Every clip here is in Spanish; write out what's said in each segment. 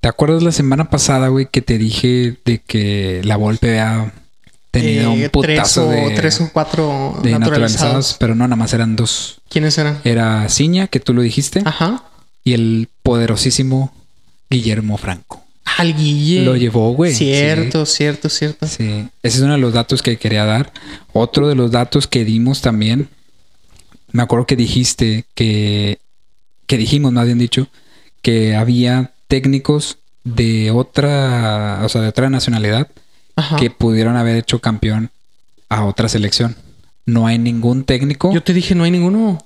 ¿Te acuerdas la semana pasada, güey, que te dije de que la Volpe había tenido Eh, un putazo tres o, de, tres o cuatro de naturalizados. naturalizados. Pero no, nada más eran dos. ¿Quiénes eran? Era Ciña, que tú lo dijiste, Ajá. y el poderosísimo Guillermo Franco. Al Guille. Lo llevó, güey. Cierto, cierto, cierto. Sí, ese es uno de los datos que quería dar. Otro de los datos que dimos también, me acuerdo que dijiste que, que dijimos, más bien dicho, que había técnicos de otra, o sea, de otra nacionalidad Ajá. que pudieron haber hecho campeón a otra selección. No hay ningún técnico. Yo te dije, no hay ninguno.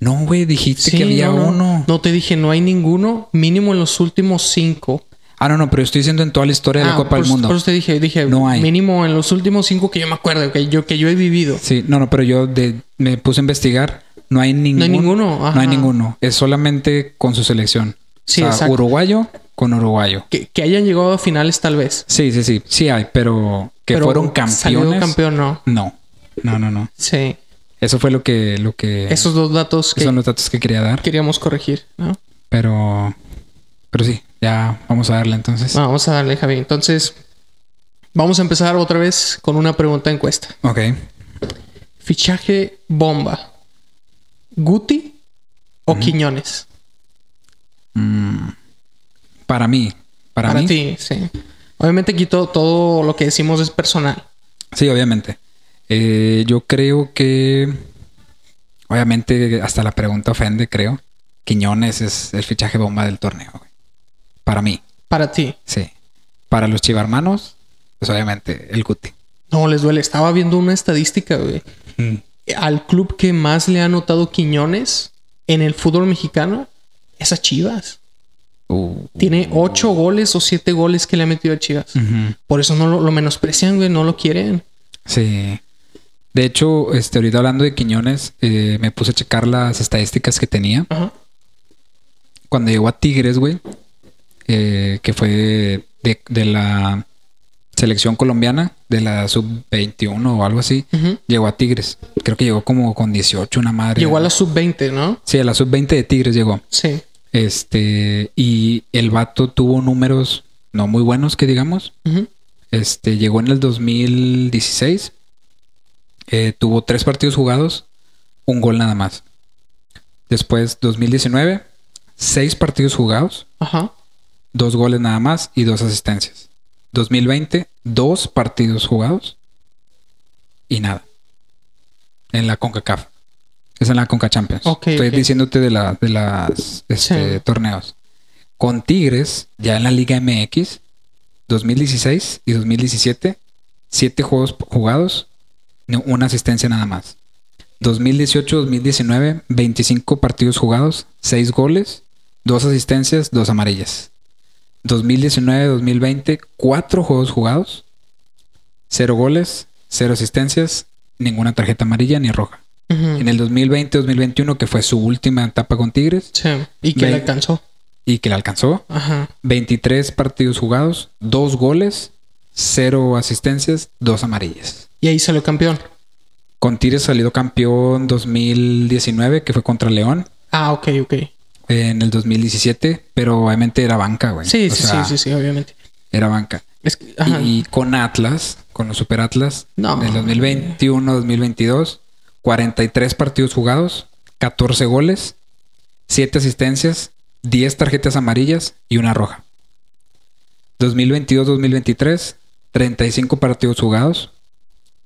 No, güey, dijiste que había no, no. uno. No te dije, no hay ninguno. Mínimo en los últimos cinco. Ah, no, no, pero estoy diciendo en toda la historia de la Ah, Copa por del eso- Mundo. Por eso te dije, dije, No hay. mínimo en los últimos cinco que yo me acuerdo, que yo, que yo he vivido. Sí, no, no, pero yo de- me puse a investigar. No hay ningún, No hay ninguno. No ajá. hay ninguno. Es solamente con su selección. Sí, o sea, exacto. uruguayo con uruguayo. Que, que hayan llegado a finales, tal vez. Sí, sí, sí. Sí hay, pero que Pero fueron salido campeones. campeón, no. No. No, no, no. Sí. Eso fue lo que, lo que Esos dos datos que son los datos que quería dar. queríamos corregir, ¿no? Pero, pero sí, ya vamos a darle entonces. Ah, vamos a darle, Javi. Entonces, vamos a empezar otra vez con una pregunta encuesta. Ok. Fichaje bomba. ¿Guti o Quiñones? Mm, Para mí. Para, mí. ti, sí. Obviamente aquí todo, todo lo que decimos es personal. Sí, obviamente. Eh, yo creo que. Obviamente, hasta la pregunta ofende, creo. Quiñones es el fichaje bomba del torneo. güey. Para mí, Para ti. sí. Para los chivarmanos, pues obviamente el Guti. No, les duele. Estaba viendo una estadística, güey. Al club que más le ha anotado Quiñones en el fútbol mexicano es a Chivas. Uh, Tiene ocho goles o siete goles que le ha metido a Chivas. ujú. Por eso no lo, lo menosprecian, güey. No lo quieren. Sí. De hecho, este, ahorita hablando de Quiñones, eh, me puse a checar las estadísticas que tenía. Ajá. Cuando llegó a Tigres, güey, eh, que fue de, de la selección colombiana, de la sub-21 o algo así, Ujú. llegó a Tigres. Creo que llegó como con 18, una madre. Llegó a la sub-20, ¿no? Sí, a la sub-20 de Tigres llegó. Sí. Este, y el vato tuvo números no muy buenos, que digamos. Ujú. Este, llegó en el 2016. Eh, tuvo tres partidos jugados, un gol nada más. Después, 2019, seis partidos jugados, Ajá. dos goles nada más y dos asistencias. 2020, dos partidos jugados y nada. En la CONCACAF. Es en la CONCA Champions. Ok, Estoy ok. diciéndote de, la, de las este, Sí. torneos. Con Tigres, ya en la Liga MX, 2016 y 2017, siete juegos jugados, no- una asistencia nada más. 2018-2019, 25 partidos jugados, 6 goles, 2 asistencias, 2 amarillas. 2019-2020, 4 juegos jugados, 0 goles, 0 asistencias, ninguna tarjeta amarilla ni roja. Ujú. En el 2020-2021, que fue su última etapa con Tigres Sí. Y que Ve- le alcanzó. y que le alcanzó, Ajá. 23 partidos jugados, 2 goles, 0 asistencias, 2 amarillas. Y ahí salió campeón. Con Tigres salió campeón 2019, que fue contra León, Ah, ok, ok. en el 2017, pero obviamente era banca, güey. Sí, O sí, sea, sí, sí, sí, obviamente. Era banca. Es que, ajá. Y con Atlas, con los Super Atlas, No. del 2021-2022, 43 partidos jugados, 14 goles, 7 asistencias, 10 tarjetas amarillas y una roja. 2022-2023, 35 partidos jugados,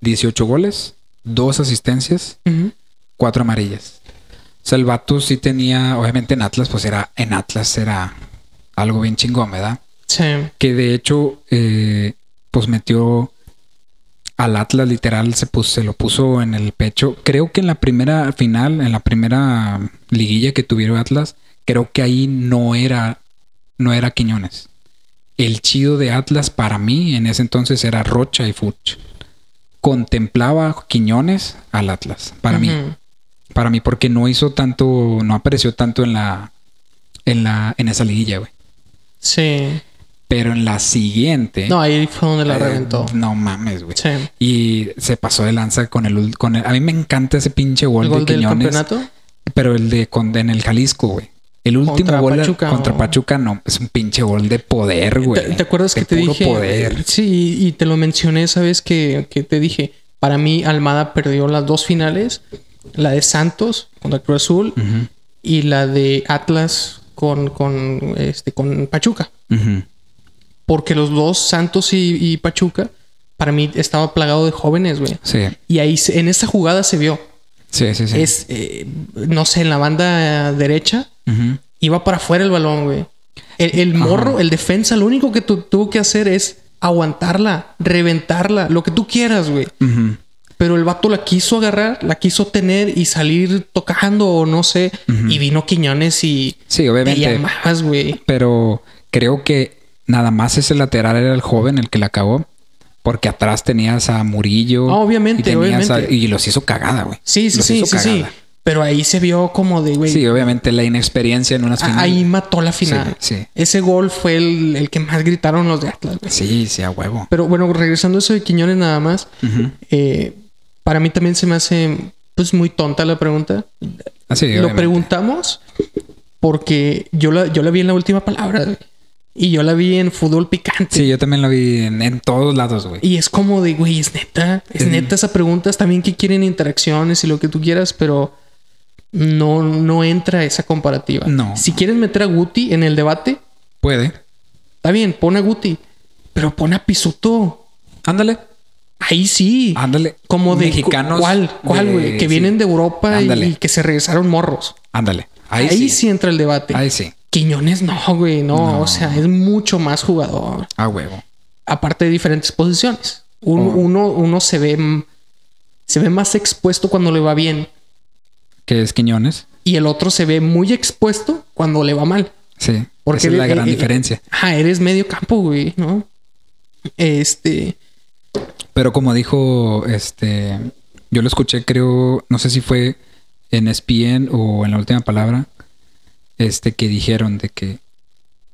18 goles, 2 asistencias, Ujú. cuatro amarillas. O sea, el vato sí tenía, obviamente en Atlas, pues era, en Atlas era algo bien chingón, ¿verdad? Sí. Que de hecho, eh, pues metió al Atlas literal, se, puso, se lo puso en el pecho. Creo que en la primera final, en la primera liguilla que tuvieron Atlas, creo que ahí no era, no era Quiñones. El chido de Atlas para mí en ese entonces era Rocha y Furch. Contemplaba Quiñones al Atlas, para mí Ujú. para mí porque no hizo tanto, no apareció tanto en la en la en esa liguilla, güey. Sí. Pero en la siguiente No, ahí fue donde la eh, reventó. No mames, güey. Sí. Y se pasó de lanza con el ul- con el, a mí me encanta ese pinche gol, ¿El gol de del Quiñones, campeonato? pero el de con, en el Jalisco, güey. El último Contra gol Pachuca, contra ¿no? Pachuca no, es un pinche gol de poder, güey. ¿Te, te acuerdas De que te puro dije? poder. Sí, y te lo mencioné esa vez que, que te dije. Para mí, Almada perdió las dos finales: la de Santos contra Cruz Azul Ujú, y la de Atlas con, con, este, con Pachuca. ujú. Porque los dos, Santos y, y Pachuca, para mí estaba plagado de jóvenes, güey. Sí, Y ahí, se- en esa jugada se vio. sí, sí. sí. Es, eh, no sé, en la banda derecha, Ujú. iba para afuera el balón, güey. El, el morro, el defensa, lo único que tu- tuvo que hacer es aguantarla, reventarla, lo que tú quieras, güey. Ujú. Pero el vato la quiso agarrar, la quiso tener y salir tocando o no sé. Y vino Quiñones y Sí, te obviamente. llamadas, güey. Pero creo que nada más ese lateral era el joven el que la acabó. Porque atrás tenías a Murillo. Ah, obviamente, y tenías a- obviamente. y los hizo cagada, güey. Sí, sí, Los sí, hizo sí, sí. cagada. Pero ahí se vio como de, güey, Sí, obviamente la inexperiencia en unas a- finales. ahí mató la final. Sí, sí. Ese gol fue el, el que más gritaron los de Atlas, güey. Sí, sí, a huevo. Pero bueno, regresando a eso de Quiñones nada más, Ujú. eh, para mí también se me hace pues muy tonta la pregunta. Ah, sí, Lo obviamente. preguntamos porque yo la, yo la vi en la última palabra güey. y yo la vi en fútbol picante. Sí, yo también lo vi en, en todos lados, güey. Y es como de, güey, es neta, es Ujú. neta esa pregunta. Está bien que quieren interacciones y lo que tú quieras, pero no, no entra esa comparativa. No. Si quieres meter a Guti en el debate, Puede. está bien, pon a Guti, pero pon a Pisuto. Ándale, Ahí sí. ándale. Como de mexicanos. ¿Cuál? ¿Cuál, de- güey? Que sí. vienen de Europa y, Ándale. y que se regresaron morros. Ándale. Ahí, Ahí, sí. sí. entra el debate. Ahí sí. Quiñones no, güey, no, O sea, es mucho más jugador. A huevo. Aparte de diferentes posiciones. Un- Oh. uno, uno se ve m- se ve más expuesto cuando le va bien. Que es Quiñones. Y el otro se ve muy expuesto cuando le va mal. Sí. Esa Porque es la eh, gran eh, diferencia. Ah, eres medio campo, güey, ¿no? Este. Pero como dijo, este, yo lo escuché, creo, no sé si fue en E ESPN o en la última palabra, este, que dijeron de que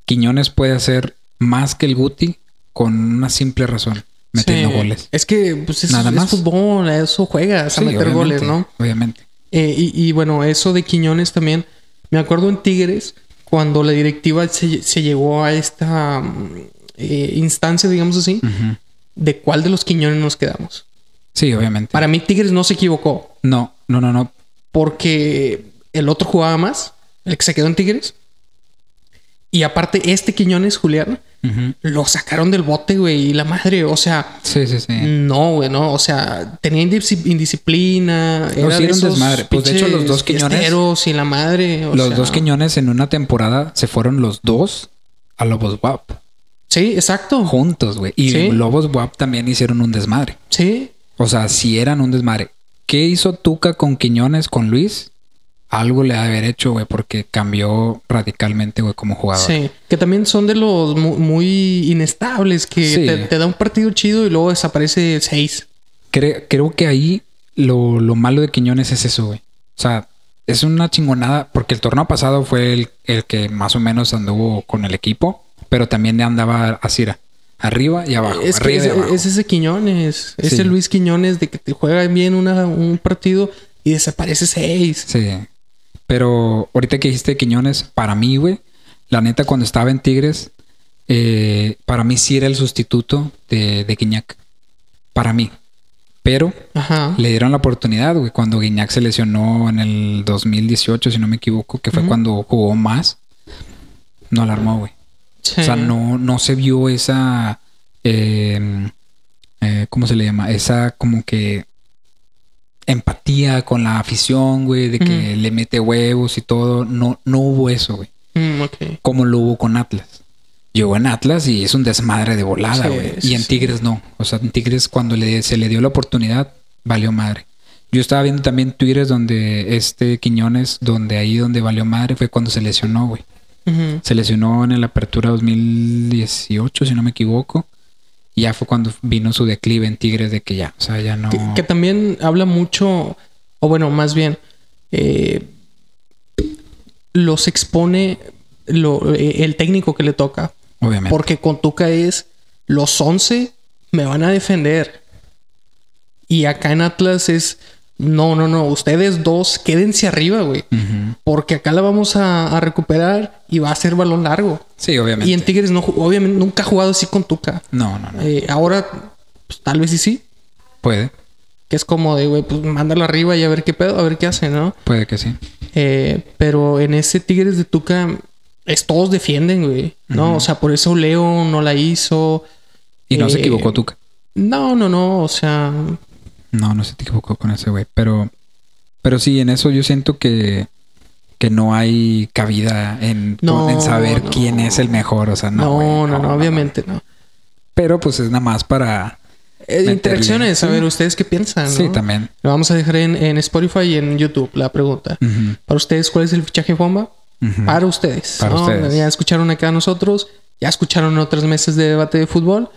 Quiñones puede hacer más que el Guti con una simple razón, metiendo sí. goles. Es que, pues, es, Nada es más. fútbol, a eso juegas, Sí, a meter goles, obviamente, ¿no? Obviamente. Eh, y, y bueno, eso de Quiñones también. Me acuerdo en Tigres, cuando la directiva se, se llegó a esta mm, eh, instancia, digamos así, Ujú. de cuál de los Quiñones nos quedamos. Sí, obviamente. Para mí, Tigres no se equivocó, No, no, no, no. porque el otro jugaba más, el que se quedó en Tigres. Y aparte, este Quiñones, Julián, Ujú. lo sacaron del bote, güey, y la madre, o sea. Sí, sí, sí. No, güey, no. O sea, tenía indis- indisciplina. No, sí, era un esos desmadre. Pues, de hecho, los pinches dos Quiñones- fiesteros Y la madre. o los sea, dos Quiñones en una temporada se fueron los dos a Lobos WAP Sí, exacto. juntos, güey. Y Sí. Lobos WAP también hicieron un desmadre. Sí. O sea, si eran un desmadre. ¿Qué hizo Tuca con Quiñones, con Luis? Algo le ha de haber hecho, güey, porque cambió radicalmente, güey, como jugador. Sí. Que también son de los mu- muy inestables. Que Sí. te, te da un partido chido y luego desaparece seis. Cre- creo que ahí lo, lo malo de Quiñones es eso, güey. O sea, es una chingonada, porque el torneo pasado fue el, el que más o menos anduvo con el equipo, pero también andaba a Cira. Arriba y abajo. es que Ah, arriba y es, abajo. es ese Quiñones. Ese Sí. Luis Quiñones de que te juega bien una, un partido y desaparece seis. Sí. Pero ahorita que dijiste Quiñones, para mí, güey, la neta, cuando estaba en Tigres, eh, para mí sí era el sustituto de, de Guiñac. Para mí. Pero Ajá. le dieron la oportunidad, güey, cuando Guiñac se lesionó en el 2018, si no me equivoco, que fue Ujú. cuando jugó más. No la armó, güey. Sí. O sea, no, no se vio esa. eh, eh, ¿Cómo se le llama? Esa como que empatía con la afición, güey, de que le mete huevos y todo. No, no hubo eso, güey. Mm, ok. Como lo hubo con Atlas. Llegó en Atlas y es un desmadre de volada, Sí, güey. sí, y en sí. Tigres no. O sea, en Tigres cuando le- se le dio la oportunidad, valió madre. Yo estaba viendo también Twitter donde este Quiñones, donde ahí donde valió madre fue cuando se lesionó, güey. Ujú. Se lesionó en la apertura 2018, si no me equivoco. Y ya fue cuando vino su declive en Tigres de que ya, o sea, ya no... Que, que también habla mucho, o bueno, más bien, eh, los expone lo- eh, el técnico que le toca. obviamente. Porque con Tuca es, los 11 me van a defender. Y acá en Atlas es, No, no, no. Ustedes dos quédense arriba, güey. Ujú. Porque acá la vamos a, a recuperar y va a ser balón largo. Sí, obviamente. Y en Tigres no, ju- obviamente nunca ha jugado así con Tuca. No, no, no. Eh, ahora, pues, tal vez y sí. Puede, Que es como de, güey, pues mándalo arriba y a ver qué pedo, a ver qué hace, ¿no? puede que sí. Eh, pero en ese Tigres de Tuca, es, todos defienden, güey. No, o sea, por eso Leo no la hizo. Y no se Eh, equivocó Tuca. No, no, no. O sea, No, no se equivocó con ese güey. Pero, pero sí, en eso yo siento que, que no hay cabida en, No, en saber no. quién es el mejor. O sea, no. no, güey, no, no, obviamente no. Pero pues es nada más para. Eh, Meterle. interacciones, a ver, ¿ustedes qué piensan? no? Sí, también. Lo vamos a dejar en, en Spotify y en YouTube la pregunta. Ujú, Para ustedes, ¿cuál es el fichaje bomba? ujú. Para ustedes. Para ¿no? ustedes. Ya escucharon acá a nosotros, ya escucharon otras meses de debate de fútbol.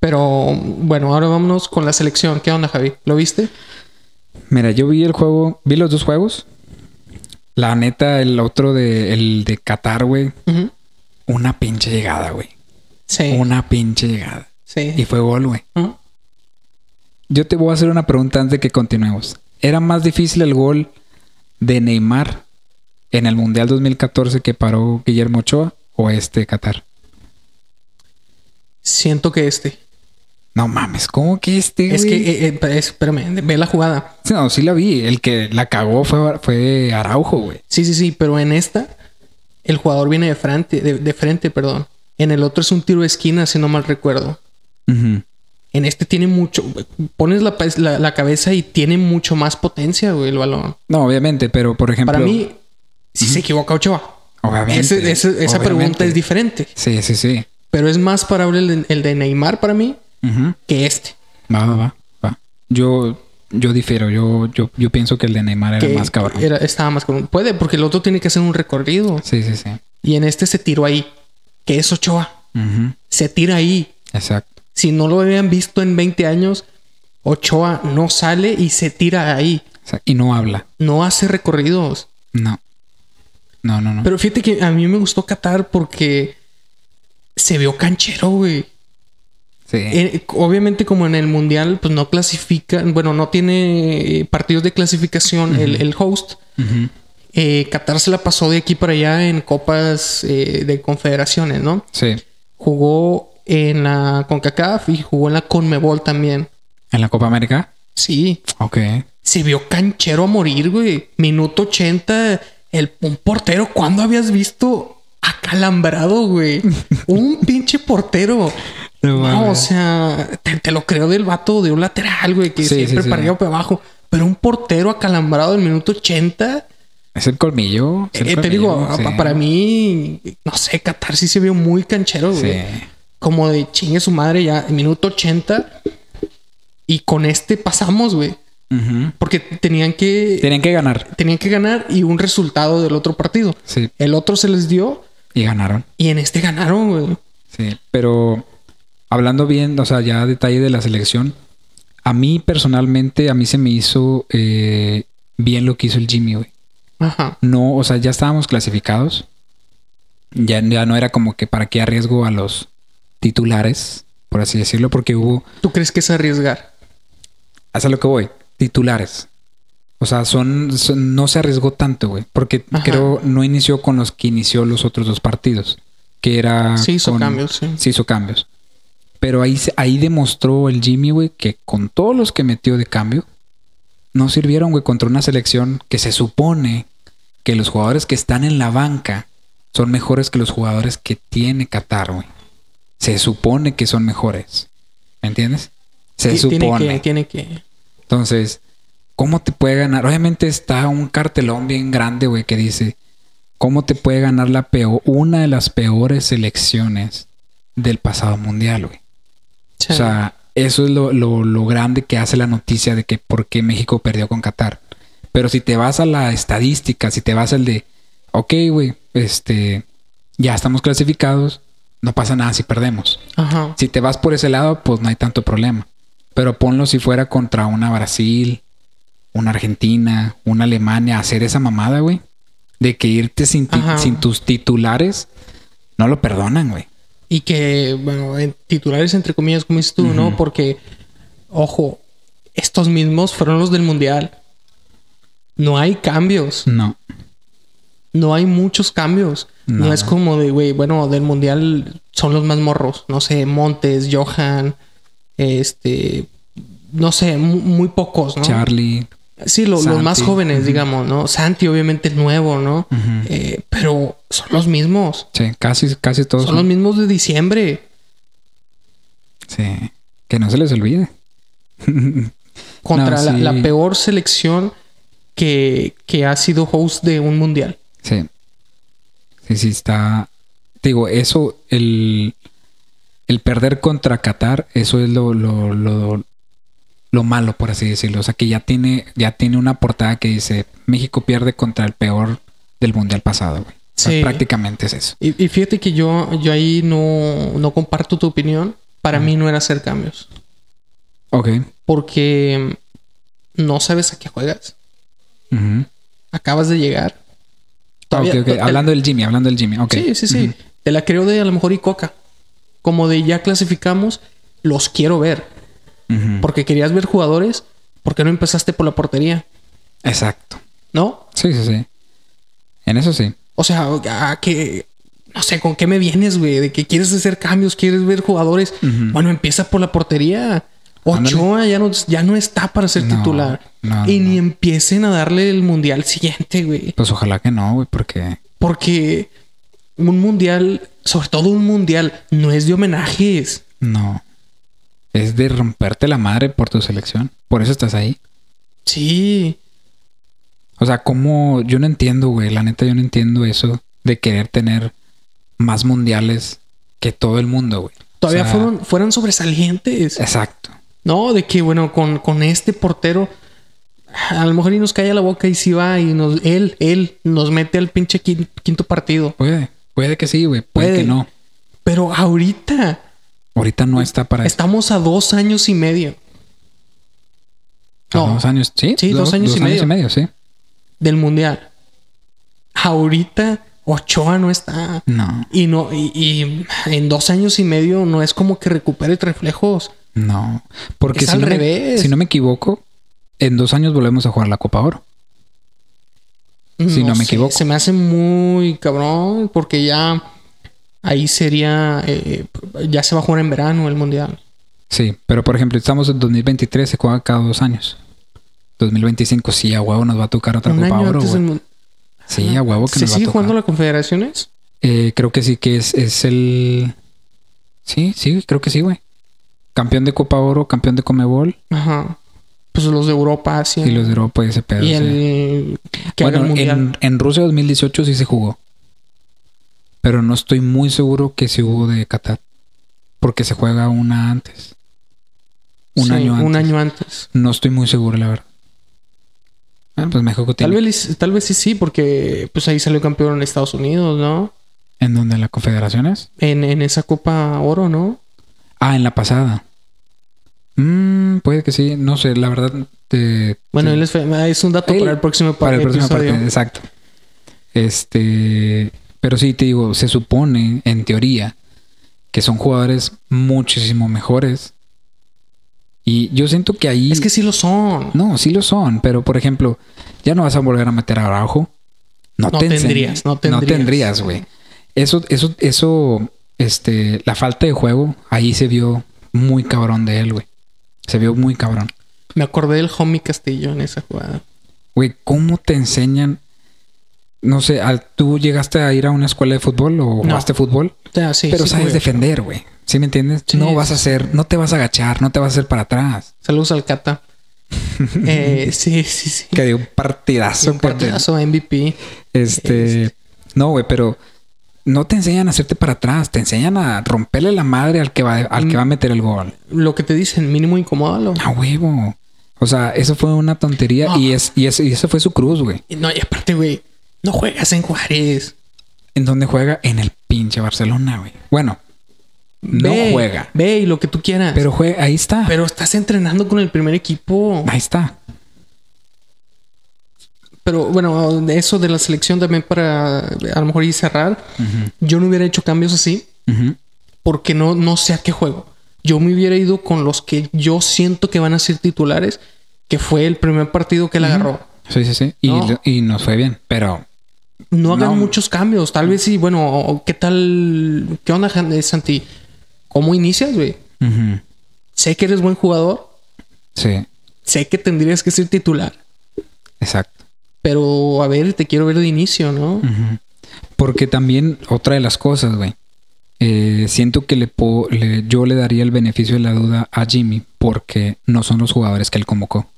Pero bueno, ahora vámonos con la selección. ¿Qué onda, Javi? ¿Lo viste? Mira, yo vi el juego, vi los dos juegos. La neta, el otro de, el de Qatar, güey. Ujú. Una pinche llegada, güey. Sí. Una pinche llegada. Sí. Y fue gol, güey. Ujú. Yo te voy a hacer una pregunta antes de que continuemos. ¿Era más difícil el gol de Neymar en el Mundial 2014 que paró Guillermo Ochoa o este de Qatar? Siento que este. No mames, ¿cómo que este? Es que, güey? eh, eh, es- espérame, ve la jugada. Sí, No, sí la vi. El que la cagó fue, fue Araujo, güey. Sí, sí, sí, pero en esta, el jugador viene de frente, de, de frente, perdón. En el otro es un tiro de esquina, si no mal recuerdo. Ujú. En este tiene mucho. Pones la, pa- la- la cabeza y tiene mucho más potencia, güey, el balón. No, obviamente, pero por ejemplo. Para mí, si se equivoca Ochoa. Obviamente, Ese- ese- esa obviamente. pregunta es diferente. Sí, sí, sí. Pero es más parable el de, el de Neymar para mí Ujú. que este. Va, va, va, va. Yo, yo difiero. Yo, yo, yo pienso que el de Neymar era que más cabrón. era- estaba más cabrón. Puede, porque el otro tiene que hacer un recorrido. Sí, sí, sí. Y en este se tiró ahí. Que es Ochoa. Ujú. Se tira ahí. Exacto. Si no lo habían visto en 20 años, Ochoa no sale y se tira ahí. O sea, y no habla. No hace recorridos. No. No, no, no. Pero fíjate que a mí me gustó Qatar porque se vio canchero, güey. sí. Eh, obviamente, como en el mundial, pues no clasifica, bueno, no tiene eh, partidos de clasificación el, el host. Ujú. Eh, Qatar se la pasó de aquí para allá en copas eh, de confederaciones, ¿no? Sí. Jugó en la CONCACAF y jugó en la CONMEBOL también. En la Copa América. Sí, Ok. se vio canchero a morir, güey. Minuto 80, el, un portero, ¿cuándo habías visto acalambrado, güey? un pinche portero. No No, o mames. sea, te, te lo creo del vato de un lateral, güey, que Sí, siempre sí, sí. para arriba o para abajo. Pero un portero acalambrado en minuto 80, Es el colmillo. es el eh, te colmillo, digo, sí. pa- para mí, no sé, Qatar sí se vio muy canchero, Sí. güey. Como de chingue su madre ya, en minuto 80. Y con este pasamos, güey. Ujú. Porque tenían que Tienen que ganar. tenían que ganar y un resultado del otro partido. Sí. El otro se les dio Y ganaron. y en este ganaron, güey. Sí, pero hablando bien, o sea, ya a detalle de la selección, a mí personalmente, a mí se me hizo eh, bien lo que hizo el Jimmy, güey. Ajá. No, o sea, ya estábamos clasificados. Ya, ya no era como que para qué arriesgo a los titulares, por así decirlo, porque hubo, ¿Tú crees que es arriesgar? hasta lo que voy, titulares. O sea, son, son- no se arriesgó tanto, güey, porque Ajá. creo no inició con los que inició los otros dos partidos, que era... sí, hizo Ah, con- cambios, sí. se hizo cambios. Pero ahí, se- ahí demostró el Jimmy, güey, que con todos los que metió de cambio, no sirvieron, güey, contra una selección que se supone que los jugadores que están en la banca son mejores que los jugadores que tiene Qatar, güey. Se supone que son mejores. ¿Me entiendes? Se Ti- supone. Tiene que, tiene que. Entonces, ¿cómo te puede ganar? Obviamente está un cartelón bien grande, güey, que dice, ¿cómo te puede ganar la peor, una de las peores selecciones del pasado mundial, güey? Sí. O sea, eso es lo, lo- lo grande que hace la noticia de que por qué México perdió con Qatar. Pero si te vas a la estadística, si te vas al de, ok, güey, este, ya estamos clasificados, no pasa nada si perdemos. Ajá. Si te vas por ese lado, pues no hay tanto problema. Pero ponlo si fuera contra una Brasil, una Argentina, una Alemania, hacer esa mamada, güey. De que irte sin, ti- Ajá. sin tus titulares, no lo perdonan, güey. Y que, bueno, en titulares entre comillas, como dices tú, ¿no? Porque, ojo, estos mismos fueron los del Mundial. No hay cambios. No. No hay muchos cambios. No, Nada. es como de, güey, bueno, del mundial son los más morros. No sé, Montes, Johan, este. No sé, mu- muy pocos, ¿no? Charlie. Sí, lo- los más Santi. jóvenes, Ujú. digamos, ¿no? Santi, obviamente, es nuevo, ¿no? Ujú. Eh, pero son los mismos. Sí, casi, casi todos. Son los son- mismos de diciembre. Sí. Que no se les olvide. Contra No, la, sí. la peor selección que, que ha sido host de un mundial. Sí. Sí, sí, está. te Digo, eso, el, el perder contra Qatar, eso es lo, lo, lo, lo malo, por así decirlo. O sea, que ya tiene, ya tiene una portada que dice: México pierde contra el peor del mundial pasado, güey. O sea, Sí. prácticamente es eso. Y, y fíjate que yo, yo ahí no, no comparto tu opinión. Para mí no era hacer cambios. Ok. Porque no sabes a qué juegas. Ujú. Acabas de llegar. Ah, ok, Todavía- ok. Hablando del Jimmy, hablando del Jimmy. Ok. Sí, sí, sí. Te la creo de a lo mejor y coca. Como de ya clasificamos, los quiero ver. Ujú. Porque querías ver jugadores. ¿Por qué no empezaste por la portería? Exacto. ¿No? Sí, sí, sí. En eso sí. O sea, a que no sé con qué me vienes, güey, de que quieres hacer cambios, quieres ver jugadores. Ujú. Bueno, empieza por la portería. Ochoa ya no, ya no está para ser No, titular. no, y no. ni empiecen a darle el mundial siguiente, güey. Pues ojalá que no, güey, porque. Porque un mundial, sobre todo un mundial, no es de homenajes. No. Es de romperte la madre por tu selección. Por eso estás ahí. Sí, O sea, como yo no entiendo, güey. La neta, yo no entiendo eso de querer tener más mundiales que todo el mundo, güey. O todavía sea, fueron, fueron sobresalientes. Exacto. No, de que bueno, con, con este portero, a lo mejor y nos calla la boca y si va y nos, él, él nos mete al pinche quin- quinto partido. Puede, puede que sí, güey. Puede, Puede. que no. Pero ahorita Ahorita no está para eso. estamos a dos años y medio A no. Dos años, sí. Sí, dos años y medio. sí. del mundial. Ahorita Ochoa no está. No, Y no, y, y en dos años y medio no es como que recupere reflejos. no. Porque Es si, al no me- revés. si no me equivoco, en dos años volvemos a jugar la Copa Oro. Si no me sé, equivoco. Se me hace muy cabrón porque ya ahí sería, eh, ya se va a jugar en verano el mundial. Sí, pero por ejemplo, estamos en 2023, se juega cada dos años. 2025, sí, a huevo nos va a tocar otra Un Copa año Oro. antes güey. del mun- Sí, a huevo que ¿Se nos va a sigue tocar. jugando la Confederaciones? Eh, creo que sí, que es, es el. Sí, sí, creo que sí, güey. Campeón de Copa Oro, campeón de Comebol Ajá. Pues los de Europa, Asia. y los de Europa y ese pedo. Y sí. el que haga el Bueno, mundial. en, en Rusia 2018 sí se jugó. Pero no estoy muy seguro que se hubo de Qatar. Porque se juega una antes. Un Sí, año antes. Un año antes. No estoy muy seguro, la verdad. Ah, pues México Tal tiene. vez, tal vez sí, sí, porque pues ahí salió campeón en Estados Unidos, ¿no? ¿En donde la confederación es? En, en esa Copa Oro, ¿no? Ah, en la pasada. Mm, puede que sí. No sé, la verdad. te- Bueno, te- él es, fe- ah, es un dato Él- para el próximo para el próximo episodio. partido. Exacto. Este. Pero sí, te digo, se supone, en teoría, que son jugadores muchísimo mejores. Y yo siento que ahí. Es que sí lo son. No, sí lo son, pero por ejemplo, ya no vas a volver a meter a Araujo. No, No te enseñ- tendrías, no tendrías. tendrías, güey. Eso, eso, eso, este, la falta de juego, ahí se vio muy cabrón de él, güey. Se vio muy cabrón. Me acordé del homie Castillo en esa jugada. Güey, ¿cómo te enseñan? No sé, al- ¿tú llegaste a ir a una escuela de fútbol o jugaste fútbol? O sea, sí, pero sí sabes jugué. defender, güey. ¿Sí me entiendes? Sí. No vas a hacer, no te vas a agachar, no te vas a hacer para atrás. Saludos al Cata. Eh, sí, sí, sí. Que dio un partidazo. Un con el- partidazo MVP. Este. No, güey, pero no te enseñan a hacerte para atrás, te enseñan a romperle la madre al que va, al que va a meter el gol. Lo que te dicen, mínimo incomódalo. A huevo. O sea, eso fue una tontería y, es, y, es, y eso fue su cruz, güey. Y No, y aparte, güey, no juegas en Juárez. En donde juega en el pinche Barcelona, güey. Bueno, no Ve, juega, Ve y lo que tú quieras. Pero, pero juega, ahí está. estás entrenando con el primer equipo. Ahí está. Pero bueno, eso de la selección también para a lo mejor y cerrar. Yo no hubiera hecho cambios así Ujú. porque no, no sé a qué juego. Yo me hubiera ido con los que yo siento que van a ser titulares, que fue el primer partido que él agarró. Sí, sí, sí. Y, No. y nos fue bien, pero No hagan No. muchos cambios. Tal vez sí, bueno, o- ¿qué tal? ¿Qué onda, Jan- eh, Santi? ¿Cómo inicias, güey? ujú, Sé que eres buen jugador. sí, Sé que tendrías que ser titular. exacto. Pero, a ver, te quiero ver de inicio, ¿no? Ujú. Porque también otra de las cosas, güey. eh, siento que le po- le- yo le daría el beneficio de la duda a Jimmy porque no son los jugadores que él convocó.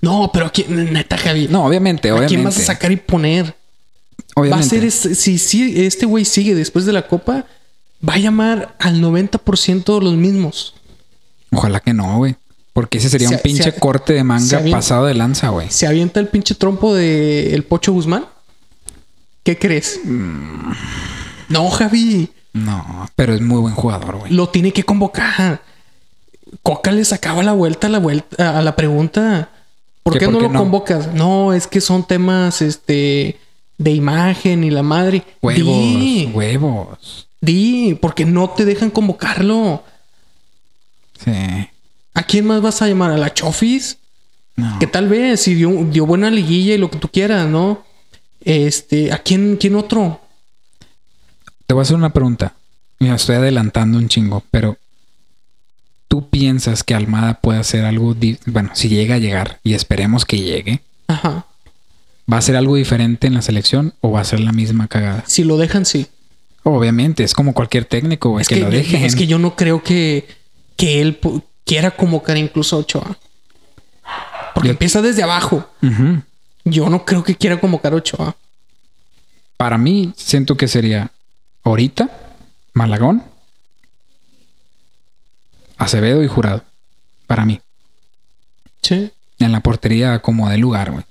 No, pero aquí, neta, Javi. No, obviamente, ¿A obviamente. quién vas a sacar y poner? Va a obviamente. ser, este- si, si este güey sigue después de la copa, va a llamar al 90% de los mismos. Ojalá que no, güey. Porque ese sería Se- un pinche se- corte de se manga avienta- pasado de lanza, güey. ¿Se avienta el pinche trompo de el Pocho Guzmán? ¿Qué crees? Mm. No, Javi. No, pero es muy buen jugador, güey. Lo tiene que convocar. Coca le sacaba la vuelta a la vuelta a la pregunta. ¿Por ¿Que qué, por no qué lo no? convocas? No, es que son temas este de imagen y la madre. Huevos, Di, huevos. di, porque no te dejan convocarlo. Sí. ¿A quién más vas a llamar? ¿A la Chofis? No. Que tal vez si dio, dio buena liguilla y lo que tú quieras, ¿no? Este, ¿a quién, quién otro? Te voy a hacer una pregunta. Mira, estoy adelantando un chingo, pero ¿tú piensas que Almada puede hacer algo? di- Bueno, si llega a llegar, y esperemos que llegue, Ajá. ¿va a hacer algo diferente en la selección o va a ser la misma cagada? Si lo dejan, sí. Obviamente, es como cualquier técnico, güey, es que, lo dejen. Es Pues que yo no creo que, que él pu- quiera convocar incluso a Ochoa. Porque Yo- empieza desde abajo. Ujú. Yo no creo que quiera convocar a Ochoa. Para mí, siento que sería ahorita, Malagón, Acevedo y Jurado. Para mí. Sí. En la portería como de lugar, güey.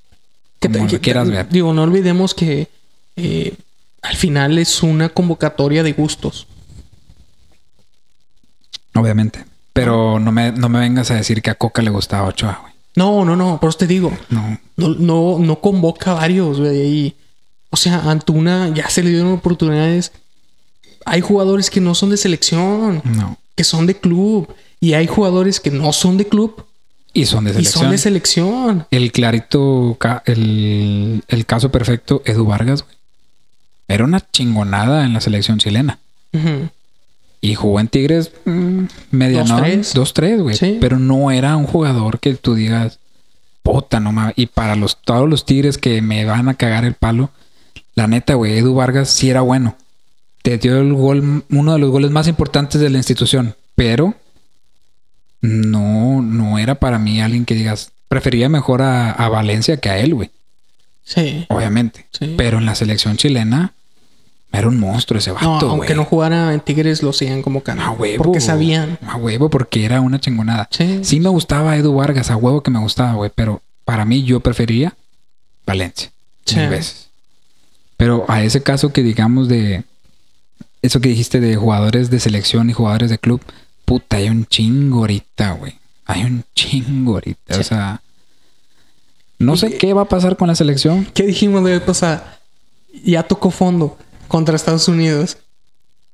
Que Como te- lo que- quieras ver. Digo, no olvidemos que eh, al final es una convocatoria de gustos. Obviamente. Pero no me, no me vengas a decir que a Coca le gustaba Ochoa, güey. No, no, no. Por eso te digo. No. No, no, no convoca a varios, güey. y- o sea, Antuna ya se le dieron oportunidades. Hay jugadores que no son de selección, No. que son de club. Y hay jugadores que no son de club Y son de y selección. son de selección. El clarito, ca- el, el caso perfecto, Edu Vargas, güey. Era una chingonada en la selección chilena. Ujú. Y jugó en Tigres mm, medianón. 2-3. 2-3, güey. Sí. Pero no era un jugador que tú digas, puta, no mames. Y para los, todos los Tigres que me van a cagar el palo, la neta, güey, Edu Vargas sí era bueno. Te dio el gol, uno de los goles más importantes de la institución. Pero no, no era para mí alguien que digas, prefería mejor a, a Valencia que a él, güey. Sí. Obviamente. Sí. Pero en la selección chilena, era un monstruo ese No, vato, güey. aunque no jugara en Tigres, lo seguían convocando. A huevo. Porque sabían. A huevo, porque era una chingonada. Sí. Sí me gustaba Edu Vargas, a huevo que me gustaba, güey. Pero para mí yo prefería Valencia. Sí. Mil veces. Pero a ese caso que digamos de... Eso que dijiste de jugadores de selección y jugadores de club. Puta, hay un chingo ahorita, güey. Hay un chingo ahorita. O Sí. sea... No sé qué va a pasar con la selección. ¿Qué dijimos de pasada? Ya tocó fondo contra Estados Unidos.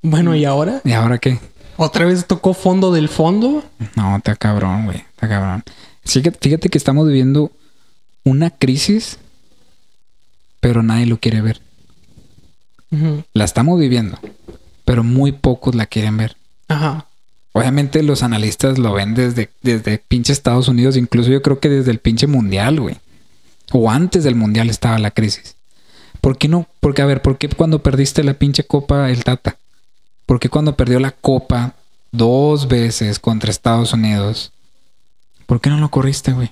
Bueno, ¿y ahora? ¿Y ahora qué? ¿Otra vez tocó fondo del fondo? No, está cabrón, güey. Está cabrón. Sí que- Fíjate que estamos viviendo una crisis, pero nadie lo quiere ver. Ujú. La estamos viviendo, pero muy pocos la quieren ver. Ajá. Obviamente los analistas lo ven desde, desde pinche Estados Unidos, incluso yo creo que desde el pinche mundial, güey. O antes del mundial estaba la crisis. ¿Por qué no? Porque, a ver, ¿por qué cuando perdiste la pinche copa el Tata? ¿Por qué cuando perdió la copa dos veces contra Estados Unidos? ¿Por qué no lo corriste, güey?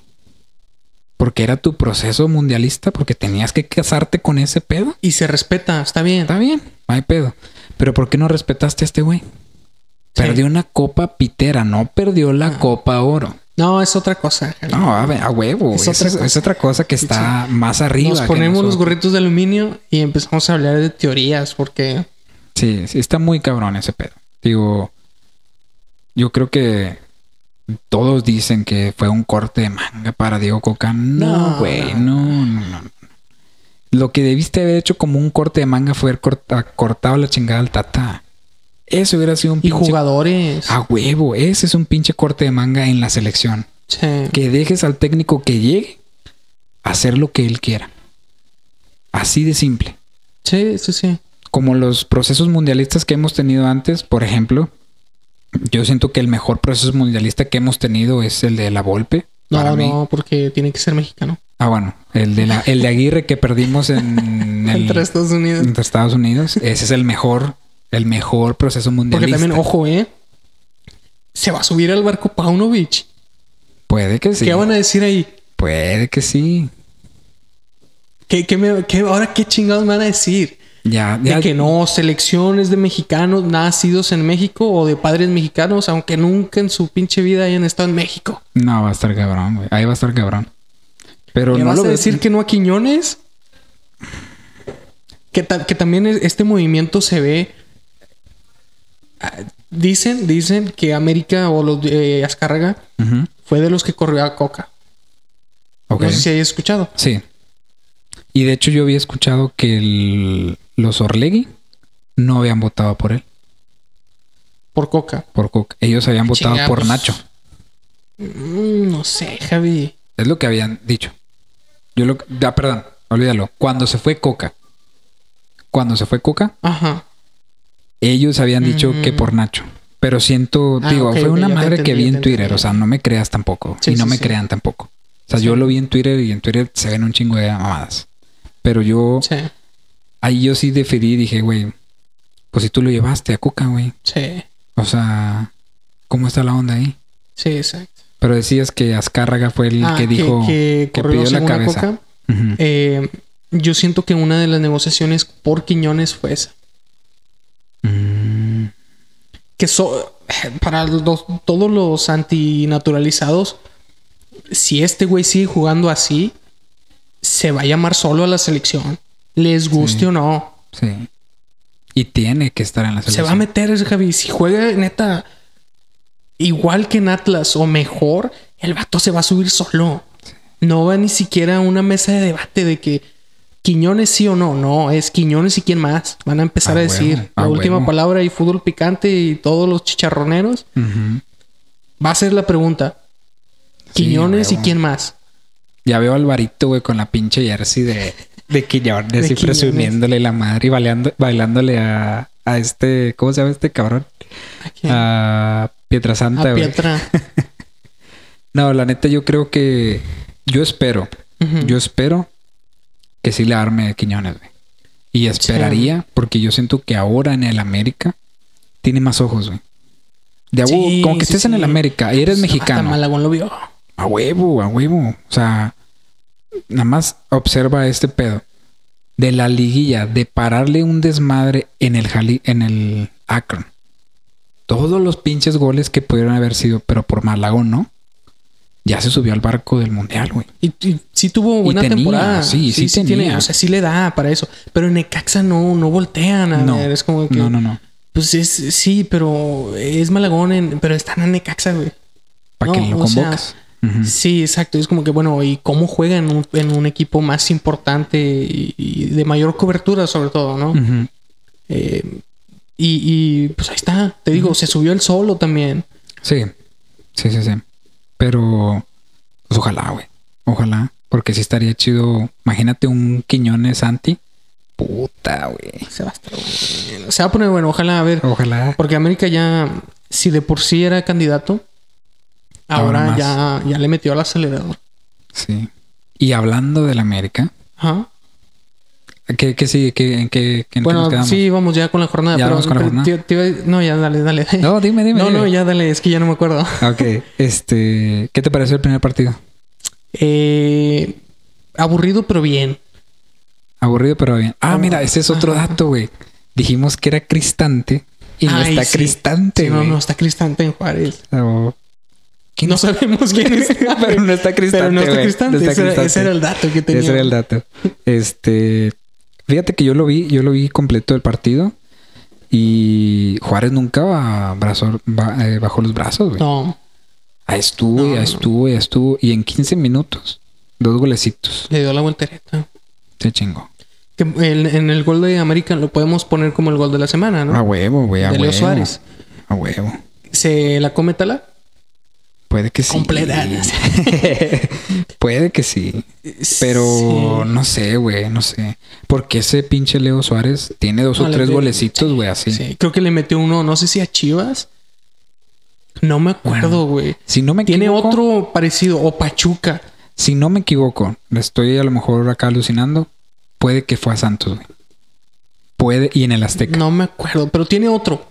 Porque era tu proceso mundialista, porque tenías que casarte con ese pedo. Y se respeta, está bien. Está bien, no hay pedo. Pero ¿por qué no respetaste a este güey? Perdió una copa pitera, no perdió Ah. la copa oro. No, es otra cosa. Javi. No, a, ver, a huevo. Es Es, otra es otra cosa. cosa que está más arriba. Nos que ponemos los nosotros. gorritos de aluminio y empezamos a hablar de teorías porque Sí, sí, está muy cabrón ese pedo. Digo, yo creo que todos dicen que fue un corte de manga para Diego Coca. No, No, güey, no, no, no. no. Lo que debiste haber hecho como un corte de manga fue haber corta- cortado la chingada al Tata. Eso hubiera sido un y pinche Ah, jugadores. A huevo, ese es un pinche corte de manga en la selección. Sí. Que dejes al técnico que llegue hacer lo que él quiera. Así de simple. Sí, sí, sí. Como los procesos mundialistas que hemos tenido antes, por ejemplo, yo siento que el mejor proceso mundialista que hemos tenido es el de la Volpe. No, para no, mí. porque tiene que ser mexicano. Ah, bueno, el de, la, el de Aguirre que perdimos en el- Entre Estados Unidos. entre Estados Unidos. Ese es el mejor, el mejor proceso Porque mundialista. también, ojo, ¿eh? Se va a subir al barco Paunovic. Puede que sí. ¿Qué van a decir ahí? Puede que sí. ¿Qué, qué me- qué- ahora qué chingados me van a decir? Ya, De ya- que no, selecciones de mexicanos nacidos en México o de padres mexicanos, aunque nunca en su pinche vida hayan estado en México. No, va a estar cabrón, güey. Ahí va a estar cabrón. Pero ¿Le no vas lo a ves- decir que no a Quiñones? Que, ta- que también es- este movimiento se ve. ah, Dicen, dicen que América o los de eh, Azcárraga Ujú, fue de los que corrió a Coca. ok. No sé si hayas escuchado. Sí. Y de hecho yo había escuchado que el- los Orlegui no habían votado por él, Por Coca. por Cook. Ellos habían votado Chinga, por pues. Nacho. Mm, no sé, Javi. Es lo que habían dicho. Yo lo... Ah, perdón, olvídalo. Cuando se fue Coca. Cuando se fue Coca, Ajá. ellos habían dicho que por Nacho. Pero siento, Ah, digo, ok, fue ok, una ya te madre que entendí, vi ya en te Twitter. entendí. O sea, no me creas tampoco. Sí, y no sí, me sí. crean tampoco. O sea, Sí. yo lo vi en Twitter y en Twitter se ven un chingo de mamadas. Pero yo, Sí, ahí yo sí deferí y dije, güey, pues si tú lo llevaste a Cuca, güey. sí, O sea, ¿cómo está la onda ahí? sí, exacto. Pero decías que Azcárraga fue el Ah, que dijo que, corrió pidió la según a cabeza. Coca. Ujú. Eh, yo siento que una de las negociaciones por Quiñones fue esa. Mm, que so- eh, para los- todos los antinaturalizados, si este güey sigue jugando así, se va a llamar solo a la selección. Les guste Sí. o no. sí. Y tiene que estar en la Se selección. va a meter ese Javi. Si juega neta igual que en Atlas o mejor, el vato se va a subir solo. No va ni siquiera a una mesa de debate de que Quiñones sí o no. No, es Quiñones y quién más. Van a empezar A a, decir huevo, a la última huevo. palabra y fútbol picante y todos los chicharroneros. Ujú. Va a ser la pregunta. Sí, Quiñones y huevo. quién más. Ya veo al varito, güey, con la pinche jersey de, de Quiñones De y Quiñones. presumiéndole la madre y baileando, bailándole a, a este, ¿cómo se llama este cabrón? ¿A quién? A, A Pietra Santa, Ah, güey. Pietra. No, la neta, yo creo que. Yo espero, Ujú. yo espero que sí le arme a Quiñones, güey. Y esperaría, porque yo siento que ahora en el América tiene más ojos, güey. De a huevo, Sí, como que sí, estés en sí. el América y eres Pues, Hasta mexicano. Malagón lo vio. A huevo, a huevo. O sea, nada más observa este pedo. De la liguilla, de pararle un desmadre en el Jali, en el Akron. Todos los pinches goles que pudieron haber sido, pero por Malagón, ¿no? Ya se subió al barco del mundial, güey. Y, y sí tuvo buena tenía, temporada. sí, sí tenía. o sea, sí le da para eso. Pero en Necaxa no, no voltean. A No, ver, es como que. No, no, no. Pues es, sí, pero es Malagón, en- pero están en Necaxa, güey. Para No, que lo o sea, convoques. Ujú. Sí, exacto. Es como que, bueno, ¿y cómo juega en un, en un equipo más importante y, y de mayor cobertura, sobre todo, no? Ujú. Eh, y, y, pues ahí está, te digo, se subió el solo también. Sí, sí, sí, sí. Pero, pues ojalá, güey. Ojalá. Porque sí estaría chido. Imagínate un Quiñones anti. Puta, güey. Se va a estar bueno. Se va a poner bueno, ojalá a ver. Ojalá. Porque América ya, si de por sí era candidato, Ahora ahora más. ya, ya le metió al acelerador. Sí. Y hablando del América, Ajá. ¿qué, qué sigue? ¿Qué- ¿En qué, en qué nos Bueno, quedamos? sí, vamos ya con la jornada. Ya pero, vamos con la pero jornada. te- te iba- no, ya dale, dale. No, dime, dime. no, no, dime. ya dale, es que ya no me acuerdo. Ok, este. ¿Qué te pareció el primer partido? Eh, aburrido, pero bien. Aburrido, pero bien. Ah, Ah, mira, ese es otro ajá. dato, güey. Dijimos que era cristante y no Ay, está sí. cristante, Sí, no, güey. no, está Cristante en Juárez. O- ¿Quién No sabemos quién es. pero no está cristante. Pero no está güey. Cristante. No está ese, era- cristante. ese era el dato que tenía. Ese era el dato. Este, fíjate que yo lo vi, yo lo vi completo el partido y Juárez nunca abrazó- ba- eh, bajó los brazos, güey. No, Ahí Ah, estuvo, No, y no, ahí no. estuvo, y ahí estuvo y en 15 minutos dos golecitos. le dio la voltereta. Se chingó. Que en, en el gol de América lo podemos poner como el gol de la semana, ¿no? A huevo, Ah, güey, a de Leo huevo. Suárez. A huevo. Se la come Tala. Puede que sí. Completa. Puede que sí. Pero no sé, güey, no sé. Porque ese pinche Leo Suárez tiene dos o A la tres verga. golecitos, güey, así. Sí. Sí, creo que le metió uno, no sé si a Chivas. No me acuerdo, güey. Si no me Tiene equivoco, otro parecido, o Pachuca. si no me equivoco, estoy a lo mejor acá alucinando, puede que fue a Santos, güey. Puede, y en el Azteca. No me acuerdo, pero tiene otro.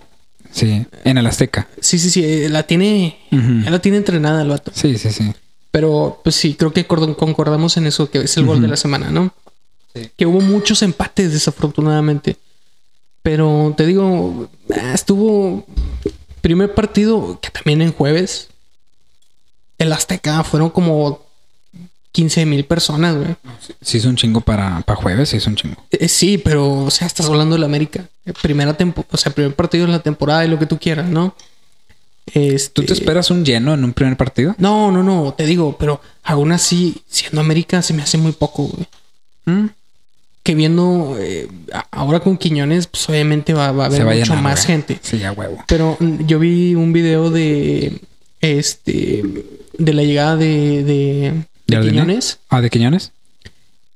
Sí, en el Azteca. Sí, sí, sí, eh, la tiene, Ujú. ya la tiene entrenada el vato. Sí, sí, sí. Pero pues sí, creo que cordon- concordamos en eso, que es el gol Ujú. de la semana, ¿no? Sí. Que hubo muchos empates, desafortunadamente. Pero te digo, ah, estuvo primer partido, que también en jueves, el Azteca, fueron como 15 mil personas, güey. Sí es un chingo para, para jueves, sí es un chingo. Eh, sí, pero, o sea, estás hablando del América. Eh, Primera tempo, o sea, primer partido en la temporada y lo que tú quieras, ¿no? Este, ¿Tú te esperas un lleno en un primer partido? No, no, no, te digo, pero aún así, siendo América, se me hace muy poco, güey. Mm. Que viendo eh, a- ahora con Quiñones, pues obviamente va, va a haber Se va a mucho llenar, más güey. gente. Sí, a huevo. Pero mm, yo vi un video de este de la llegada de, de, de ¿De Quiñones Ah, de Quiñones.